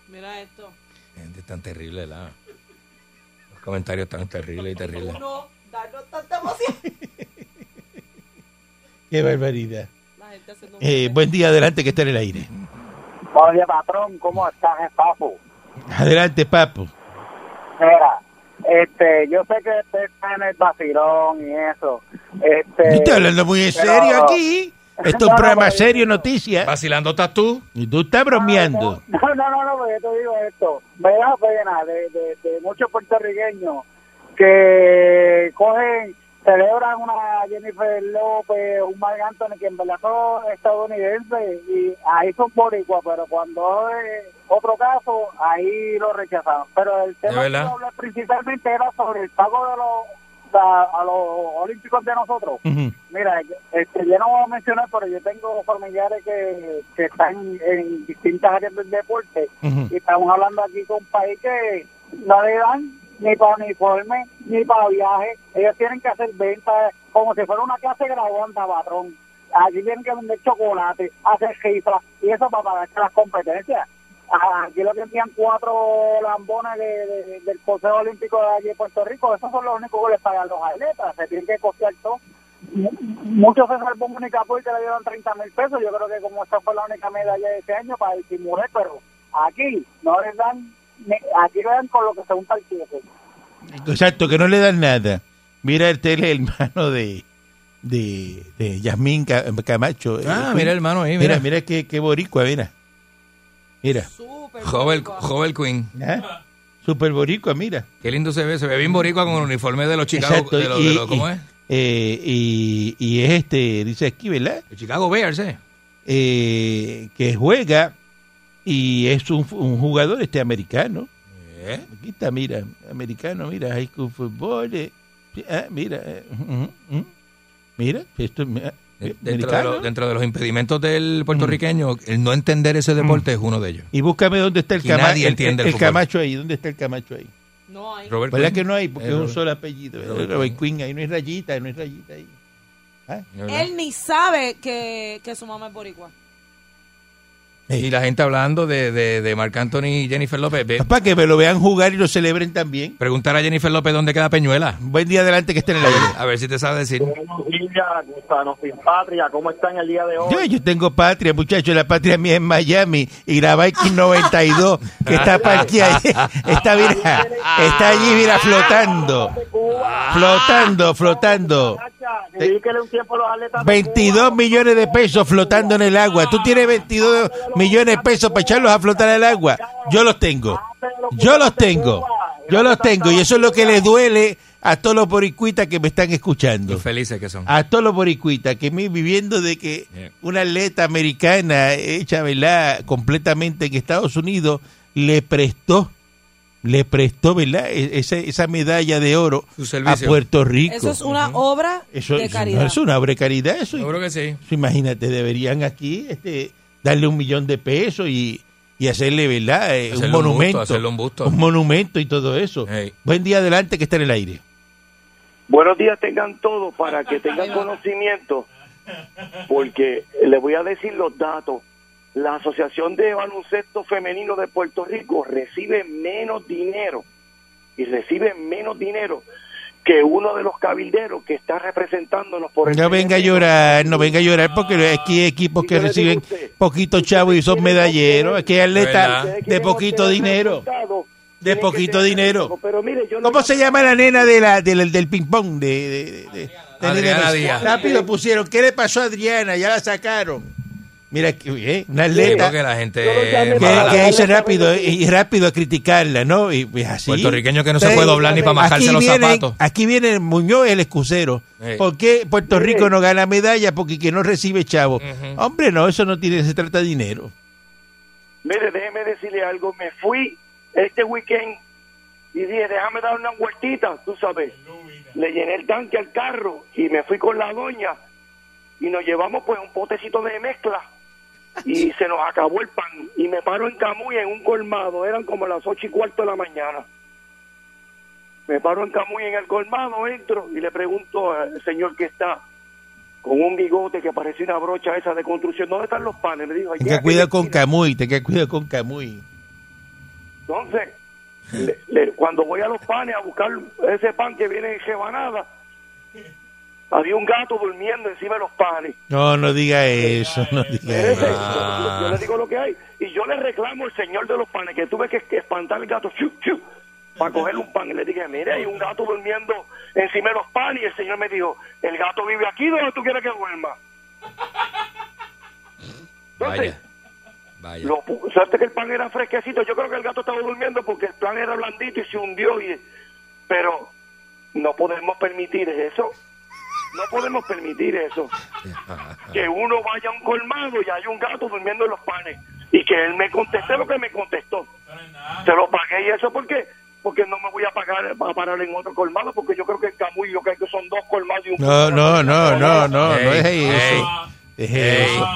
S4: Mira esto.
S5: Gente es tan terrible, la... Los comentarios tan terribles y terribles.
S4: No, darnos tanta emoción.
S3: Qué barbaridad.
S4: La gente haciendo un-
S3: Eh, buen día adelante, que está en el aire.
S9: Buenos días, patrón. ¿Cómo estás, papo?
S3: Adelante, papo.
S9: Mira, este, yo sé que usted está en el vacilón y eso. Este,
S3: Estoy hablando muy en
S9: pero-
S3: serio aquí. Esto es un
S9: No,
S3: programa
S9: no,
S3: serio, noticias.
S5: Vacilando estás tú.
S3: Y tú estás bromeando.
S9: No, no, no, no, pero yo te digo esto. Me da pena de, de, de muchos puertorriqueños que cogen, celebran una Jennifer López, un Marc Anthony, que en verdad son estadounidenses, y ahí son boricuas, pero cuando es otro caso, ahí lo rechazaron. Pero el tema que
S5: verdad?
S9: yo hablé principalmente era sobre el pago de los, a, a los olímpicos de nosotros.
S3: Ujú.
S9: Mira, yo- este, yo no voy a mencionar, pero yo tengo familiares que, que están en distintas áreas del deporte
S3: Ujú.
S9: y estamos hablando aquí con un país que no le dan ni para uniforme, ni para viaje. Ellos tienen que hacer ventas como si fuera una clase graduanda, patrón. Allí tienen que vender chocolate, hacer cifras y eso para pagarse las competencias. Ah, Aquí lo que envían cuatro lambones de- de- del Consejo Olímpico de allí de Puerto Rico, esos son los únicos que les pagan los atletas, se tienen que costear todo. Mu- Muchos se salvó en Unicapur que le dieron 30 mil pesos. Yo creo que como esta fue la única medalla de este año para disimular, pero aquí no les dan, ni- aquí le dan con lo que se junta el tiempo.
S3: Exacto, que no le dan nada. Mira, el tele, el hermano de, de, de Yasmín Ca- Camacho.
S5: Ah,
S3: Eh,
S5: mira, hermano, ahí,
S3: Mira,
S5: mira.
S3: mira qué, qué boricua, mira. Mira.
S4: Súper
S5: Jovel,
S4: boricua.
S5: Jovel Quinn.
S3: ¿Ah? Super boricua, mira.
S5: Qué lindo se ve. Se ve bien boricua con el uniforme de los Chicago... de los- de los- ¿Cómo es?
S3: eh, y, y es este, dice aquí, ¿verdad?
S5: Los Chicago Bears, ¿eh?
S3: Eh, que juega y es un, un jugador este americano.
S5: ¿Eh?
S3: Aquí está, mira, americano, mira, high school football. eh, sí, ah, mira, eh, ujú, ujú. mira, esto es ah,
S5: De- Dentro de,
S3: americano. Mm.
S5: los, dentro de los impedimentos del puertorriqueño, el no entender ese deporte es uno de ellos.
S3: Y búscame dónde está el,
S5: Y
S3: cama,
S5: nadie
S3: el,
S5: entiende el
S3: el
S5: fútbol.
S3: Camacho ahí, dónde está el Camacho ahí.
S4: No hay.
S5: Robert
S3: ¿Verdad
S5: Quinn.
S3: que no hay? Porque
S5: Eh,
S3: es un
S5: Robert-
S3: solo apellido.
S5: Robert
S3: Robert
S5: Quinn.
S3: Quinn, ahí no hay rayita, no hay rayita ahí.
S5: ¿verdad?
S4: Él ni sabe que, que su mamá es boricua.
S5: Y la gente hablando de, de, de Marc Anthony y Jennifer López. Ve-
S3: Para que me lo vean jugar y lo celebren también.
S5: preguntar a Jennifer López dónde queda Peñuela.
S3: Buen día adelante que estén en la vida.
S5: A ver si te sabe decir.
S11: Buenos días, gusanos sin patria. ¿Cómo están el día de hoy?
S3: Yo, yo tengo patria, muchachos. La patria mía es Miami y la Viking 92 que está parqueada. allí, Está, mira, está allí, mira, flotando. Flotando, flotando.
S11: Dedíquele un tiempo a los atletas.
S3: 22 millones de pesos flotando en el agua. Tú tienes 22 millones de pesos para echarlos a flotar al agua. Yo los tengo. Yo los tengo. Yo los tengo. Y eso es lo que le duele a todos los boricuitas que me están escuchando.
S5: Felices que son.
S3: A todos los boricuitas que me viviendo de que una atleta americana hecha ¿verdad? completamente en Estados Unidos le prestó le prestó ¿verdad? E- esa, esa medalla de oro
S5: Su
S3: a
S5: servicio.
S3: Puerto Rico.
S4: Eso es una obra
S3: Eso-
S4: de
S3: eso no
S4: caridad.
S3: es una obra de caridad, eso.
S5: Seguro que sí.
S3: Eso, imagínate, deberían aquí este, darle un millón de pesos y, y hacerle, ¿verdad? Eh,
S5: Hacerle
S3: un
S5: un busto,
S3: monumento.
S5: hacerle un busto.
S3: monumento y todo eso. Buen día adelante que está en el aire.
S12: Buenos días tengan todos para que tengan conocimiento, porque les voy a decir los datos. La Asociación de Baloncesto Femenino de Puerto Rico recibe menos dinero y recibe menos dinero que uno de los cabilderos que está representándonos por el
S3: No venga a llorar, no venga a llorar porque aquí hay equipos que reciben poquito chavo y son medalleros. Aquí hay atletas
S12: ¿Verdad?
S3: de poquito dinero.
S12: Estado.
S3: De poquito dinero.
S12: Pero mire, yo no
S3: ¿Cómo se llama la nena de la, del, del ping-pong? De, de- de- de- de-
S5: Adriana
S3: de-
S5: Díaz.
S3: Rápido pusieron. ¿Qué le pasó a Adriana? Ya la sacaron. Mira, que- oye, una atleta.
S5: Porque la gente.
S3: Que,
S5: mala.
S3: que dice rápido y rápido a criticarla, ¿no? Y, pues, así.
S5: Puertorriqueño que no se puede doblar ni pa' marcarse
S3: Aquí
S5: los
S3: vienen-
S5: zapatos.
S3: Aquí viene Muñoz, el excusero.
S5: Sí.
S3: ¿Por qué Puerto Rico no gana medalla? Porque que no recibe chavo.
S12: Ujú.
S3: Hombre, no, eso no tiene, se trata de dinero.
S12: Mire, déjeme decirle algo. Me fui este weekend y dije, déjame dar una vueltita, tú sabes. Le llené el tanque al carro y me fui con la doña y nos llevamos pues un potecito de mezcla y se nos acabó el pan. Y me paro en Camuy en un colmado, eran como las ocho y cuarto de la mañana. Me paro en Camuy en el colmado, entro y le pregunto al señor que está con un bigote que parece una brocha esa de construcción, ¿dónde están los panes? Me dijo,
S3: Tenga cuidado con Camuy, tenga cuidado con Camuy.
S12: entonces, le- le- cuando voy a los panes a buscar ese pan que viene en rebanada, había un gato durmiendo encima de los panes.
S3: No, no diga eso, no diga
S12: Ese-
S3: eso.
S12: Yo le digo lo que hay. Y yo le reclamo al señor de los panes que tuve que que espantar al gato chu, chu, para coger un pan. Y le dije, mire, hay un gato durmiendo encima de los panes. Y el señor me dijo, el gato vive aquí donde tú quieres que duerma.
S5: Vaya. Vaya.
S12: Lo pu- suerte que el pan era fresquecito. Yo creo que el gato estaba durmiendo porque el pan era blandito y se hundió. Y, pero no podemos permitir eso. No podemos permitir eso. Que uno vaya a un colmado y haya un gato durmiendo en los panes. Y que él me conteste lo que me contestó. Se lo pagué y eso porque porque no me voy a pagar a parar en otro colmado porque yo creo que en Camuy lo que hay que son dos colmados y un
S3: No, no, no, no, no, no es
S5: Ey,
S3: eso. Es eso.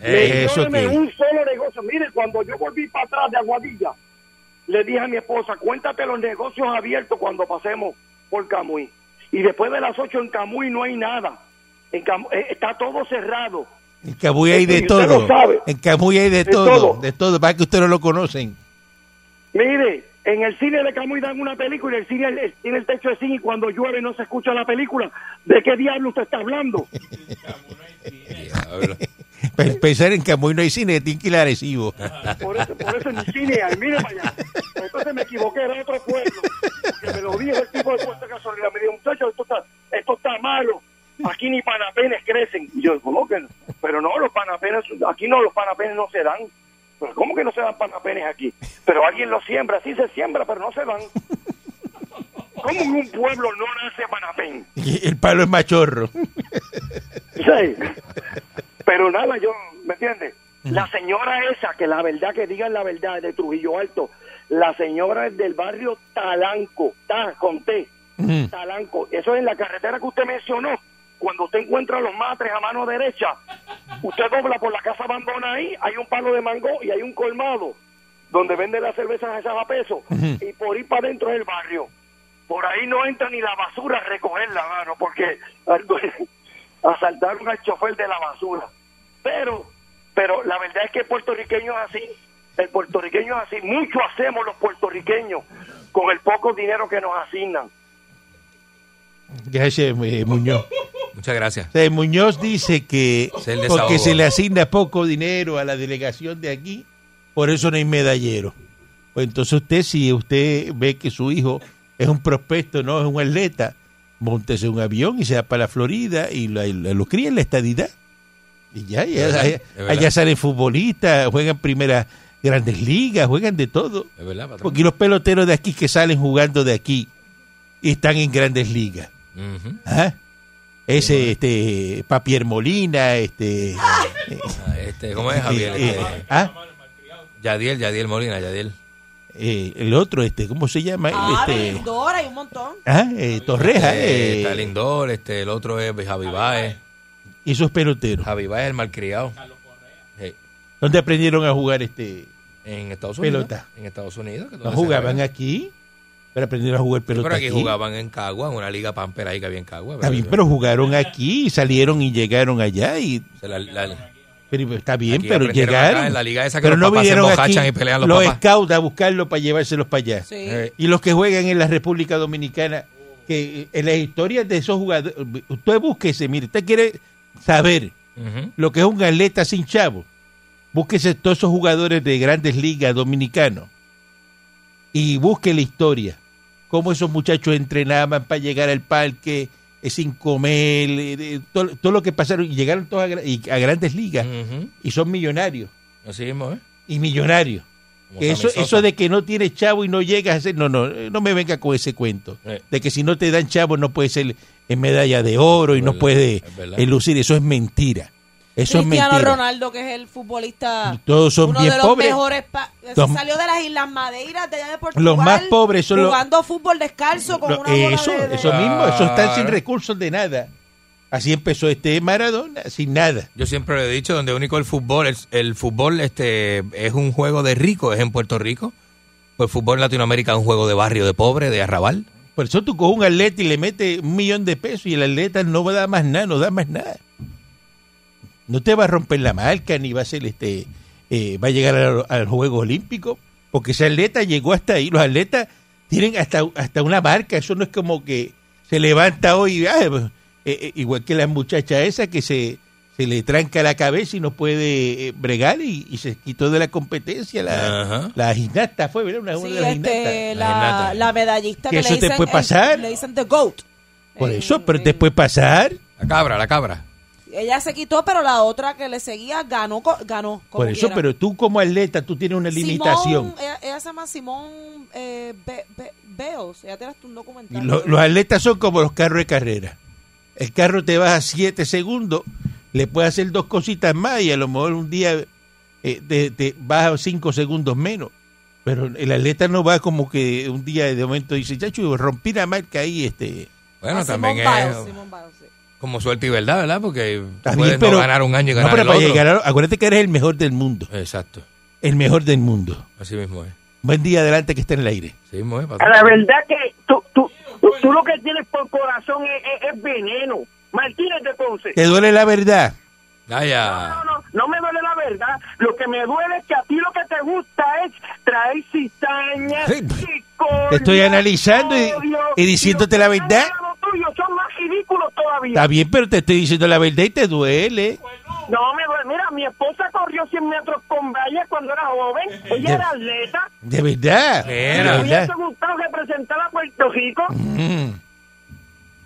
S3: Es Eh, eso
S12: Perdóneme,
S3: que.
S12: un solo negocio. Mire, cuando yo volví para atrás de Aguadilla, le dije a mi esposa, cuéntate los negocios abiertos cuando pasemos por Camuy. Y después de las 8 en Camuy no hay nada. En Camu- eh, está todo cerrado.
S3: En Camuy hay de
S12: Y usted lo
S3: todo.
S12: sabe.
S3: En Camuy hay de
S12: De todo.
S3: todo. De todo. Para que ustedes no lo conocen.
S12: Mire, en el cine de Camuy dan una película, el cine el- tiene el techo de cine y cuando llueve no se escucha la película. ¿De qué diablo usted está hablando?
S3: Para empezar, en Camuy no hay cine, tiene que ir a Arecibo.
S12: Por eso, por eso en el cine, ahí, mire para allá. Entonces me equivoqué, era otro pueblo. Que me lo dijo el tipo de puesto de gasolina. Me dijo, muchachos, esto está, esto está malo. Aquí ni panapenes crecen. Y yo, ¿cómo que no? Pero no, los panapenes, aquí no, los panapenes no se dan. Pero ¿cómo que no se dan panapenes aquí? Pero alguien los siembra, sí se siembra, pero no se dan. ¿Cómo en un pueblo no nace panapén?
S3: El palo es machorro.
S12: Sí. Pero nada, yo, ¿me entiendes? La señora esa, que la verdad, que digan la verdad, de Trujillo Alto, la señora es del barrio Talanco, Ta, con T,
S3: Mm.
S12: Talanco. Eso es en la carretera que usted mencionó. Cuando usted encuentra los matres a mano derecha, usted dobla por la casa abandona ahí, hay un palo de mango y hay un colmado donde venden las cervezas esas a peso.
S13: Ujú.
S12: Y por ir para adentro del barrio. Por ahí no entra ni la basura a recogerla, mano, porque asaltaron al chofer de la basura. Pero, pero la verdad es que el puertorriqueño es así. El puertorriqueño es así. Mucho hacemos los puertorriqueños con el poco dinero que nos asignan.
S3: Gracias, eh, Muñoz.
S5: Muchas gracias.
S3: O sea, Muñoz dice que
S5: Es el desahogo.
S3: porque se le asigna poco dinero a la delegación de aquí, por eso no hay medallero. Pues entonces usted, si usted ve que su hijo es un prospecto, no es un atleta, montese un avión y se va para la Florida y lo, y lo cría en la estadidad. Y ya, ya,
S5: Es verdad,
S3: allá,
S5: es verdad.
S3: allá salen futbolistas, juegan primeras grandes ligas, juegan de todo.
S5: Es verdad, patrón.
S3: Porque los peloteros de aquí que salen jugando de aquí y están en grandes ligas.
S5: Ujú.
S3: Ajá. Ese, este, Papier Molina, este... eh,
S5: Ah, Este, ¿Cómo es Javier?
S3: eh,
S5: Este,
S3: eh, ah,
S5: Yadiel, Yadiel Molina, Yadiel.
S3: eh, el otro, este, ¿cómo se llama?
S4: Ah,
S3: Este,
S4: Lindor, hay un montón.
S3: ah, eh, Torreja,
S5: Eh,
S3: eh,
S5: Está Lindor, este, el otro es Javi Baez.
S3: y esos peloteros.
S5: Javi Baez, el malcriado. Eh,
S3: ¿Dónde aprendieron a jugar este?
S5: En Estados Unidos.
S3: Pelota.
S5: En Estados Unidos. que
S3: No
S5: donde se
S3: jugaban
S5: juega.
S3: aquí, pero aprendieron a jugar pelota
S5: Pero aquí
S3: aquí.
S5: jugaban en Cagua, en una liga pampera ahí que había en Cagua.
S3: Está bien, pero jugaron aquí, y salieron y llegaron allá y
S5: se la- la-
S3: pero pues, está bien,
S5: Aquí
S3: pero
S5: aprendieron
S3: llegaron.
S5: acá en la liga esa que
S3: pero
S5: los
S3: no
S5: papás se
S3: vinieron aquí
S5: emborrachan y pelean los
S3: los
S5: papás.
S3: scouts a buscarlo para llevárselos para allá.
S4: Sí.
S5: Eh,
S3: Y los que juegan en la República Dominicana, que eh, en las historias de esos jugadores, usted búsquese, mire, usted quiere saber
S5: ujú.
S3: lo que es un atleta sin chavo. Búsquese todos esos jugadores de grandes ligas dominicanos y busque la historia. Cómo esos muchachos entrenaban para llegar al parque eh, sin comer, eh, de- todo, todo lo que pasaron. Y llegaron todos a, gra- y- a grandes ligas
S5: Ujú.
S3: y son millonarios
S5: Así mismo, ¿eh?
S3: y millonarios.
S5: Como
S3: Que
S5: Sammy
S3: eso,
S5: Sosa.
S3: eso de que no tienes chavo y no llegas a ser. No, no, eh, no me venga con ese cuento.
S5: Eh.
S3: De que si no te dan chavo no puedes ser en medalla de oro y
S5: Es
S3: no
S5: verdad,
S3: puedes
S5: es verdad.
S3: eh, lucir. Eso es mentira. Eso es
S4: Cristiano
S3: mentira.
S4: Ronaldo, que es el futbolista.
S3: Y todos son
S4: uno
S3: bien
S4: de los
S3: pobres.
S4: mejores. pa-
S3: Los-
S4: salió de las Islas Madeiras, de allá de Portugal.
S3: Los más pobres son los-
S4: Jugando fútbol descalzo con
S3: Lo-
S4: una bola
S3: eso,
S4: de- de-
S3: eso mismo, eso están sin
S5: Claro.
S3: recursos de nada. Así empezó este Maradona, sin nada.
S5: Yo siempre lo he dicho, donde único el fútbol, el, el fútbol este es un juego de rico, es en Puerto Rico. Pues el fútbol en Latinoamérica es un juego de barrio, de pobre, de arrabal.
S3: Por eso tú coges un atleta y le metes un millón de pesos y el atleta no da más nada, no da más nada. No te va a romper la marca ni va a ser este, eh, va a llegar al, al Juego Olímpico, porque ese atleta llegó hasta ahí. Los atletas tienen hasta, hasta una marca, eso no es como que se levanta hoy, ah, eh, eh, igual que la muchacha esa que se, se le tranca la cabeza y no puede eh, bregar y, y se quitó de la competencia. La,
S5: Ajá.
S3: la gimnasta fue, ¿verdad? Una, una
S4: Sí,
S3: de las
S4: este,
S3: gimnastas.
S5: La
S4: la,
S5: Renata.
S4: la medallista
S3: Que
S4: que,
S3: eso
S4: le
S3: te
S4: dicen,
S3: puede
S4: el-
S3: pasar.
S4: le dicen The GOAT.
S3: Por
S4: Eh,
S3: eso, pero
S4: eh,
S3: te puede pasar.
S5: La cabra, la cabra.
S4: Ella se quitó, pero la otra que le seguía ganó. co- ganó como
S3: Por eso,
S4: quiera.
S3: pero tú como atleta, tú tienes una
S4: Simone,
S3: limitación.
S4: ella, ella se llama Simón eh, Be- Be- Beos. Ella tiene hasta un
S3: Y
S4: documental.
S3: lo- los atletas son como los carros de carrera. El carro te baja 7 segundos, le puedes hacer dos cositas más y a lo mejor un día eh, te, te baja 5 segundos menos. Pero el atleta no va como que un día de momento dice, chacho, rompí la marca ahí. este
S5: Bueno,
S4: Ah,
S5: también
S4: Simone
S5: es
S4: Biles, Simone Biles, sí.
S5: como suerte y verdad, ¿verdad? Porque
S3: Está
S5: puedes
S3: bien,
S5: no ganar un año y
S3: No,
S5: ganar
S3: pero
S5: el
S3: para
S5: otro.
S3: llegar a- acuérdate que eres el mejor del mundo.
S5: Exacto,
S3: El mejor del mundo.
S5: así mismo es.
S3: Buen día adelante que está en el aire.
S5: Así mismo es,
S1: A
S5: patrón.
S1: la verdad que tú, tú, tú, tú lo que tienes por corazón es, es- es veneno. Martínez de Ponce.
S3: Te duele la verdad.
S5: Vaya.
S1: No, no, no me duele la verdad. Lo que me duele es que a ti lo que te gusta es traer cizaña.
S3: Sí.
S1: psicodia,
S3: Te estoy analizando y-
S1: odio,
S3: y diciéndote la
S1: los que
S3: verdad.
S1: están al lado tuyo son más ridículos todavía.
S3: Está bien, pero te estoy diciendo la verdad y te duele.
S1: No, me duele. Mira, mi esposa corrió 100 metros con valles cuando era joven. Ella era atleta.
S3: De verdad.
S5: Mira.
S1: Me
S3: De verdad.
S1: hubiese gustado representar a Puerto Rico.
S3: Mm.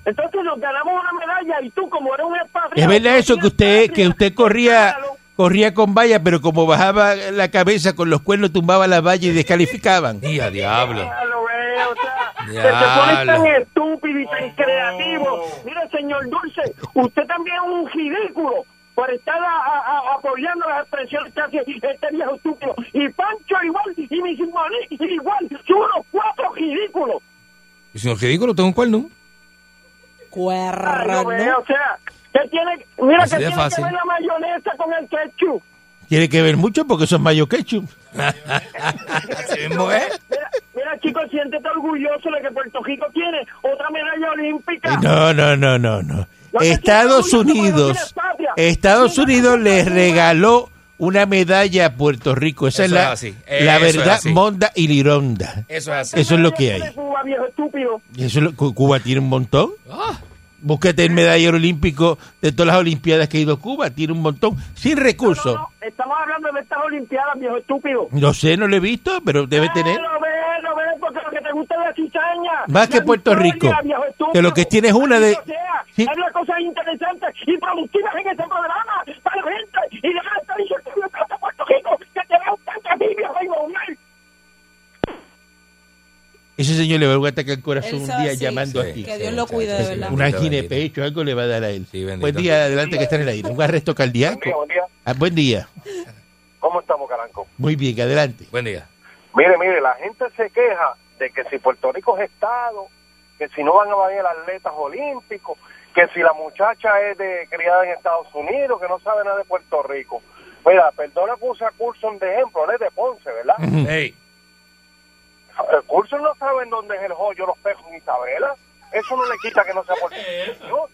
S1: Entonces nos ganamos una medalla y tú, como eres un espacio.
S3: Es verdad eso que usted que usted corría corría con vallas, pero como bajaba la cabeza con los cuernos tumbaba las vallas y descalificaban.
S5: Y a diablo.
S1: Ya lo veo, o sea,
S5: Ya
S1: que se pone tan
S5: lo-
S1: estúpido y tan creativo. Mire, señor Dulce, usted también es un ridículo por estar a- a- a- apoyando las expresiones que hace este viejo estúpido. Y Pancho igual, y mi Simone igual, son unos cuatro ridículos.
S5: Y si no es ridículo, tengo un cuerno.
S1: Ya
S4: Cuerno.
S1: lo veo, o sea, que tiene, mira
S5: Así
S1: que
S5: de
S1: tiene que
S5: fácil.
S1: ver la mayonesa con el ketchup.
S3: Tiene que ver mucho porque son mayo ketchup.
S5: Así mismo es.
S1: Mira, mira chicos, siéntete orgulloso de que Puerto Rico tiene otra medalla olímpica.
S3: Eh, No, no, no, no,
S1: No
S3: no.
S1: te
S3: Estados
S1: sientas orgulloso,
S3: Unidos
S1: porque no tienes patria.
S3: Estados
S1: Sí, no
S3: Unidos
S1: tienes
S3: les
S1: patria.
S3: regaló una medalla a Puerto Rico. Esa
S5: Eso
S3: es
S5: es
S3: la,
S5: así. Eh,
S3: la
S5: eso es
S3: verdad,
S5: así.
S3: monda y lironda.
S5: Eso es así.
S3: Eso es lo que hay.
S12: Cuba, viejo estúpido.
S3: Y Eso es lo- Cu- Cuba tiene un montón.
S5: Ah,
S3: Búscate el medallero olímpico de todas las Olimpiadas que ha ido Cuba. Tiene un montón. Sin recursos.
S12: Estamos hablando de estas Olimpiadas, viejo estúpido.
S3: No sé, no lo he visto, pero
S1: Eh,
S3: debe tener.
S12: No ves, no ves, porque lo que te gusta es la chichaña.
S3: Más que
S12: La
S3: Puerto
S12: victoria,
S3: Rico.
S12: viejo estúpido.
S3: Que lo que tiene es una de.
S12: O sea,
S3: Sí.
S12: habla cosas interesantes y productivas en este programa para la gente y dejar de estar insultando tanto a Puerto Rico que te da un tanto a ti, viejo inmoral.
S3: Ese señor le va a dar un ataque al corazón
S4: Él
S3: un
S4: se va-
S3: día
S4: sí,
S3: llamando
S4: sí,
S3: aquí.
S4: que Dios lo cuide, de verdad.
S3: Una
S4: Bendito,
S3: ginepecho, algo le va a dar a él.
S5: bendito.
S3: Buen día, adelante, que está en el aire. Un arresto cardíaco.
S10: Buen día.
S3: Ah, buen día.
S10: ¿Cómo estamos, Caranco?
S3: Muy bien, adelante.
S5: Buen día.
S10: Mire, mire, la gente se queja de que si Puerto Rico es Estado, que si no van a venir atletas olímpicos, que si la muchacha es de criada en Estados Unidos, que no sabe nada de Puerto Rico. Mira, perdona que use a Curson de ejemplo, él es de Ponce, ¿verdad?
S5: Ey,
S10: El Curson no sabe en dónde es el joyo, los pejos en Isabela. Eso no le quita que no sea Puerto Rico.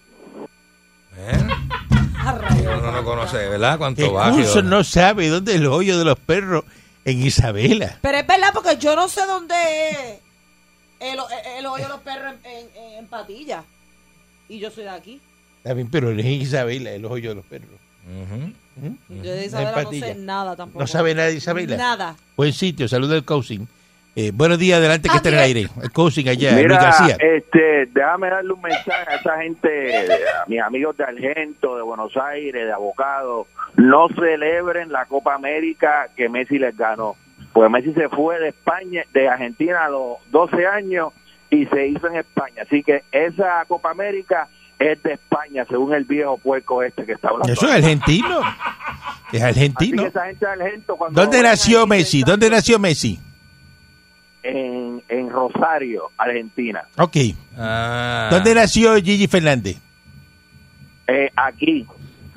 S5: Eh, uno no conoce, ¿verdad?
S3: Que
S5: Cuánto va.
S3: Curso no sabe dónde es el hoyo de los perros en Isabela.
S4: Pero es verdad, porque yo no sé dónde es el, el hoyo de los perros en, en, en Patilla. Y yo soy de aquí.
S3: Está bien, pero no es en Isabela el hoyo de los perros. ¿Mm?
S4: Yo de
S3: En
S4: Isabela no
S3: Patilla.
S4: sé nada tampoco.
S3: No sabe nada de Isabela.
S4: Nada.
S3: Buen sitio, saluda el Cousin. Eh, buenos días, adelante,
S4: Ah,
S3: que está en el aire. El Cousin allá, Luis
S11: Mira,
S3: García.
S10: eh,
S11: este, déjame darle un mensaje a esa gente, a mis amigos de Argento, de Buenos Aires, de Abocado. No celebren la Copa América que Messi les ganó. Pues Messi se fue de España, de Argentina a los 12 años y se hizo en España. Así que esa Copa América es de España, según el viejo puerco este que está hablando.
S3: Eso es argentino. Es
S11: Así que
S3: argentino.
S11: esa gente de Argento, cuando
S3: ¿Dónde
S11: lo ven
S3: nació
S11: ahí,
S3: Messi? ¿Dónde nació Messi?
S11: En, en Rosario, Argentina.
S3: Ok.
S5: Ah.
S3: ¿Dónde nació Gigi Fernández?
S11: Eh, aquí.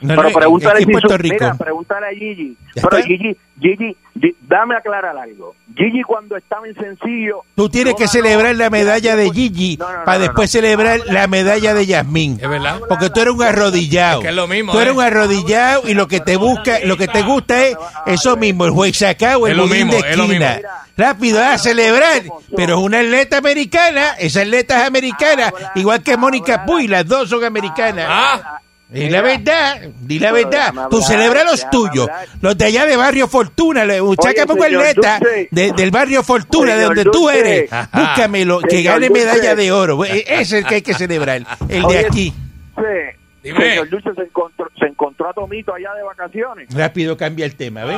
S3: No,
S11: pero
S3: no,
S11: pregúntale
S3: aquí en
S11: si su-
S3: Puerto Rico.
S11: Mira, pregúntale a Gigi.
S3: Ya
S11: Pero
S3: está.
S11: Gigi, Gigi, Gi- dame aclarar algo. Gigi cuando estaba en sencillo...
S3: Tú tienes
S11: no
S3: que
S11: ganó.
S3: celebrar la medalla de Gigi
S11: No, no, no,
S3: para
S11: no,
S3: después
S11: no.
S3: celebrar la medalla de Yasmín.
S5: Es verdad.
S3: Porque tú eres un arrodillado.
S5: Es que es lo mismo,
S3: Tú eres
S5: ¿eh?
S3: un arrodillado y lo que te busca, lo que te gusta es eso mismo, el juez sacado, el
S5: Es lo
S3: budín de
S5: mismo, es lo
S3: esquina.
S5: mismo.
S3: Rápido a celebrar, pero es una atleta americana, esa atleta es americana, igual que Mónica Puy, las dos son americanas.
S5: Ah.
S3: Di la verdad, di la
S11: Pero
S3: verdad.
S11: déjame
S3: Tú
S11: hablar,
S3: celebra los
S11: déjame
S3: tuyos,
S11: hablar.
S3: los de allá de Barrio Fortuna, le- sácame un
S11: señor
S3: atleta
S11: Dulce.
S3: de- del Barrio Fortuna, de
S11: Señor
S3: donde tú
S11: Dulce.
S3: eres.
S11: Ajá.
S3: Búscamelo, que
S11: Señor
S3: gane
S11: Dulce.
S3: medalla de oro. E- Ese es el que hay que celebrar, el de
S11: Oye,
S3: aquí.
S11: Sí.
S3: Eh.
S5: Dime.
S11: Señor Dulce se encontró, se encontró a Tomito allá de vacaciones.
S3: Rápido cambia el tema, ¿ves?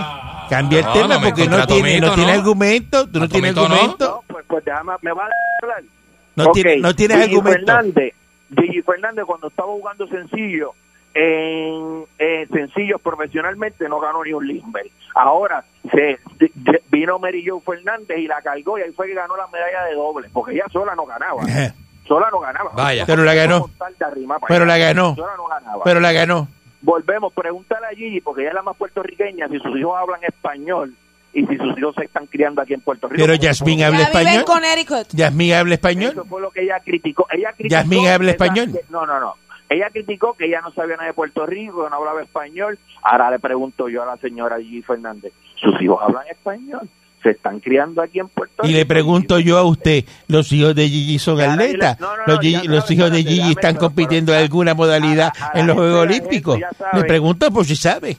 S3: Cambia el
S5: No,
S3: tema
S5: no me
S3: porque no
S5: contra
S3: tiene,
S5: Tomito,
S3: no tiene
S5: ¿no?
S3: argumento, tú no
S5: A
S3: tienes
S5: Tomito, ¿no?
S3: argumento,
S11: No, pues, pues déjame, me va a hablar.
S3: no tiene-
S11: Ok,
S3: no tienes
S11: Gigi
S3: argumento.
S11: Fernández, Gigi Fernández cuando estaba jugando sencillo, en, en sencillos profesionalmente no ganó ni un Limber. Ahora se, se- vino Mary Jo Fernández y la cargó y ahí fue que ganó la medalla de doble, porque ella sola no ganaba. sola no ganaba.
S5: Vaya.
S3: Pero la ganó,
S11: Con tal de arrimar para
S3: pero la
S11: allá.
S3: ganó,
S11: Sola no ganaba.
S3: pero la ganó.
S11: Volvemos, pregúntale a Gigi, porque ella es la más puertorriqueña, si sus hijos hablan español y si sus hijos se están criando aquí en Puerto Rico.
S3: Pero
S11: Porque-
S3: Yasmín habla
S4: Ya vive en
S3: español.
S4: Connecticut.
S3: Yasmín habla español.
S11: Eso fue lo que ella criticó. Ella criticó
S3: Yasmín habla
S11: esa-
S3: español.
S11: que- no, no, no. Ella criticó que ella no sabía nada de Puerto Rico, que no hablaba español. Ahora le pregunto yo a la señora Gigi Fernández, ¿sus hijos hablan español? ¿Se están criando aquí en Puerto
S3: Y
S11: Rico?
S3: le pregunto yo a usted, ¿los hijos de Gigi son
S11: Ya, dale,
S3: atletas?
S11: no, no, no,
S3: ¿Los, Gigi-
S11: ya, no,
S3: los hijos de
S11: espérate,
S3: Gigi
S11: dame,
S3: están
S11: pero-
S3: compitiendo en
S11: pero-
S3: alguna modalidad
S11: a la-
S3: en los
S11: a la
S3: Juegos
S11: gente,
S3: Olímpicos?
S11: ya
S3: Le
S11: sabe.
S3: pregunto por si sabe.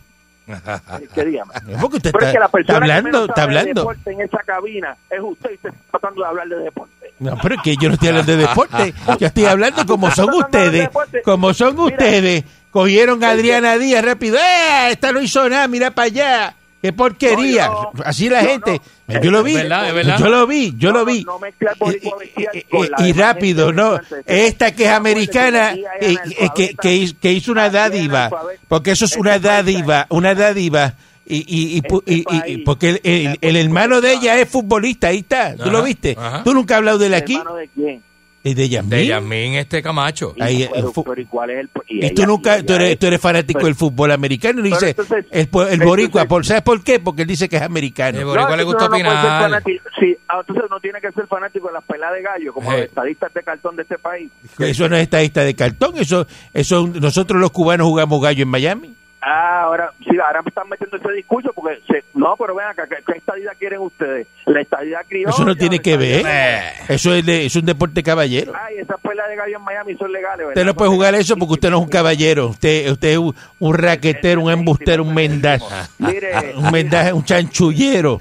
S3: Ah,
S11: Que dígame.
S3: Es Porque usted
S11: Pero
S3: está,
S11: es que la
S3: está
S11: persona que
S3: hablando,
S11: menos
S3: está
S11: sabe de
S3: hablando.
S11: deporte en esa cabina es usted y usted está tratando de hablar de deporte.
S3: No, pero es que yo no estoy hablando de deporte, yo estoy hablando como son
S11: No, no, no, de
S3: ustedes,
S11: deporte.
S3: como son
S11: Mira.
S3: ustedes. Cogieron a Adriana Díaz rápido, ¡eh! Esta no hizo nada, mira para allá. ¡Qué porquería!
S11: No, yo-
S3: Así la
S11: yo
S3: gente.
S11: no.
S3: Yo lo vi.
S5: Es verdad, es verdad.
S3: Yo lo vi, yo
S11: No,
S3: lo
S11: no,
S3: vi.
S11: no mezclar boricua
S3: Eh,
S11: bestial
S3: eh,
S11: con
S3: eh,
S11: la
S3: y
S11: demás
S3: rápido,
S11: gente
S3: no.
S11: interesante.
S3: Esta que es americana,
S11: Acuérdate que aquí hay
S3: eh, eh, que,
S11: analfabetas.
S3: que hizo- que hizo una
S11: Aquí hay
S3: dádiva,
S11: analfabetas.
S3: porque eso es
S11: Este
S3: una
S11: país-
S3: dádiva, una dádiva. Y, y, y pu-
S11: Este
S3: y- y-
S11: país-
S3: porque el, el- el hermano de ella es futbolista, ahí está, tú lo
S5: Ajá,
S3: viste.
S5: ajá.
S3: Tú nunca has hablado de él
S11: ¿El
S3: aquí.
S11: hermano de quién?
S3: Es de Yasmín.
S5: De Yasmín este Camacho.
S11: Y,
S3: Ahí,
S11: pero-
S3: el fu-
S11: pero ¿y cuál es el po-
S3: Y
S11: ella-
S3: tú nunca,
S11: ella
S3: tú eres,
S11: es-
S3: tú eres fanático
S11: pero-
S3: del fútbol americano y dice
S11: entonces-
S3: el, pu- el
S11: entonces-
S3: boricua, por, ¿sabes por qué? Porque él dice que es americano.
S5: El Eh, boricua
S11: No,
S5: le gusta
S11: entonces uno no puede ser
S5: opinar.
S11: fanático- sí, ah, entonces uno tiene que ser fanático de las peladas de gallo, como
S5: Eh.
S11: los estadistas de cartón de este país.
S3: Eso no es estadista de cartón, eso, eso nosotros los cubanos jugamos gallo en Miami.
S11: Ah, ahora, sí, ahora me están metiendo ese discurso porque, se- no, pero ven acá, ¿qué, qué estadidad quieren ustedes? La estadidad criolla.
S3: Eso no tiene que ver.
S11: Eh.
S3: Eso es, de- es un deporte caballero.
S11: Ay, esas perlas de gallo en Miami son legales, ¿verdad?
S3: Usted no puede jugar eso porque usted no es un caballero. Usted, usted es un, un raquetero, un embustero, un mendaz.
S11: Mire.
S3: Un mendaz, un chanchullero.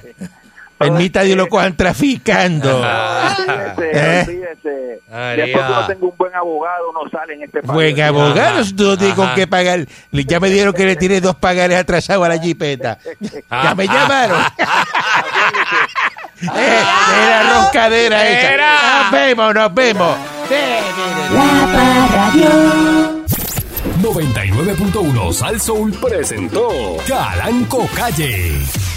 S3: Permita Dios lo cojan traficando.
S11: Ah. Olvídese,
S3: ¿Eh?
S11: olvídese.
S3: María.
S11: Después que no tengo un buen abogado, no sale en este país.
S3: Buen abogado,
S11: Ajá.
S3: no tiene con
S11: Ajá.
S3: qué pagar. Ya me dieron que le tiene dos pagares atrasados a la jipeta. Ya me llamaron. Eh, de la roscadera esa. Nos vemos, nos vemos.
S6: La Parradio.
S1: 99.1 Sal Soul presentó Calanco Calle.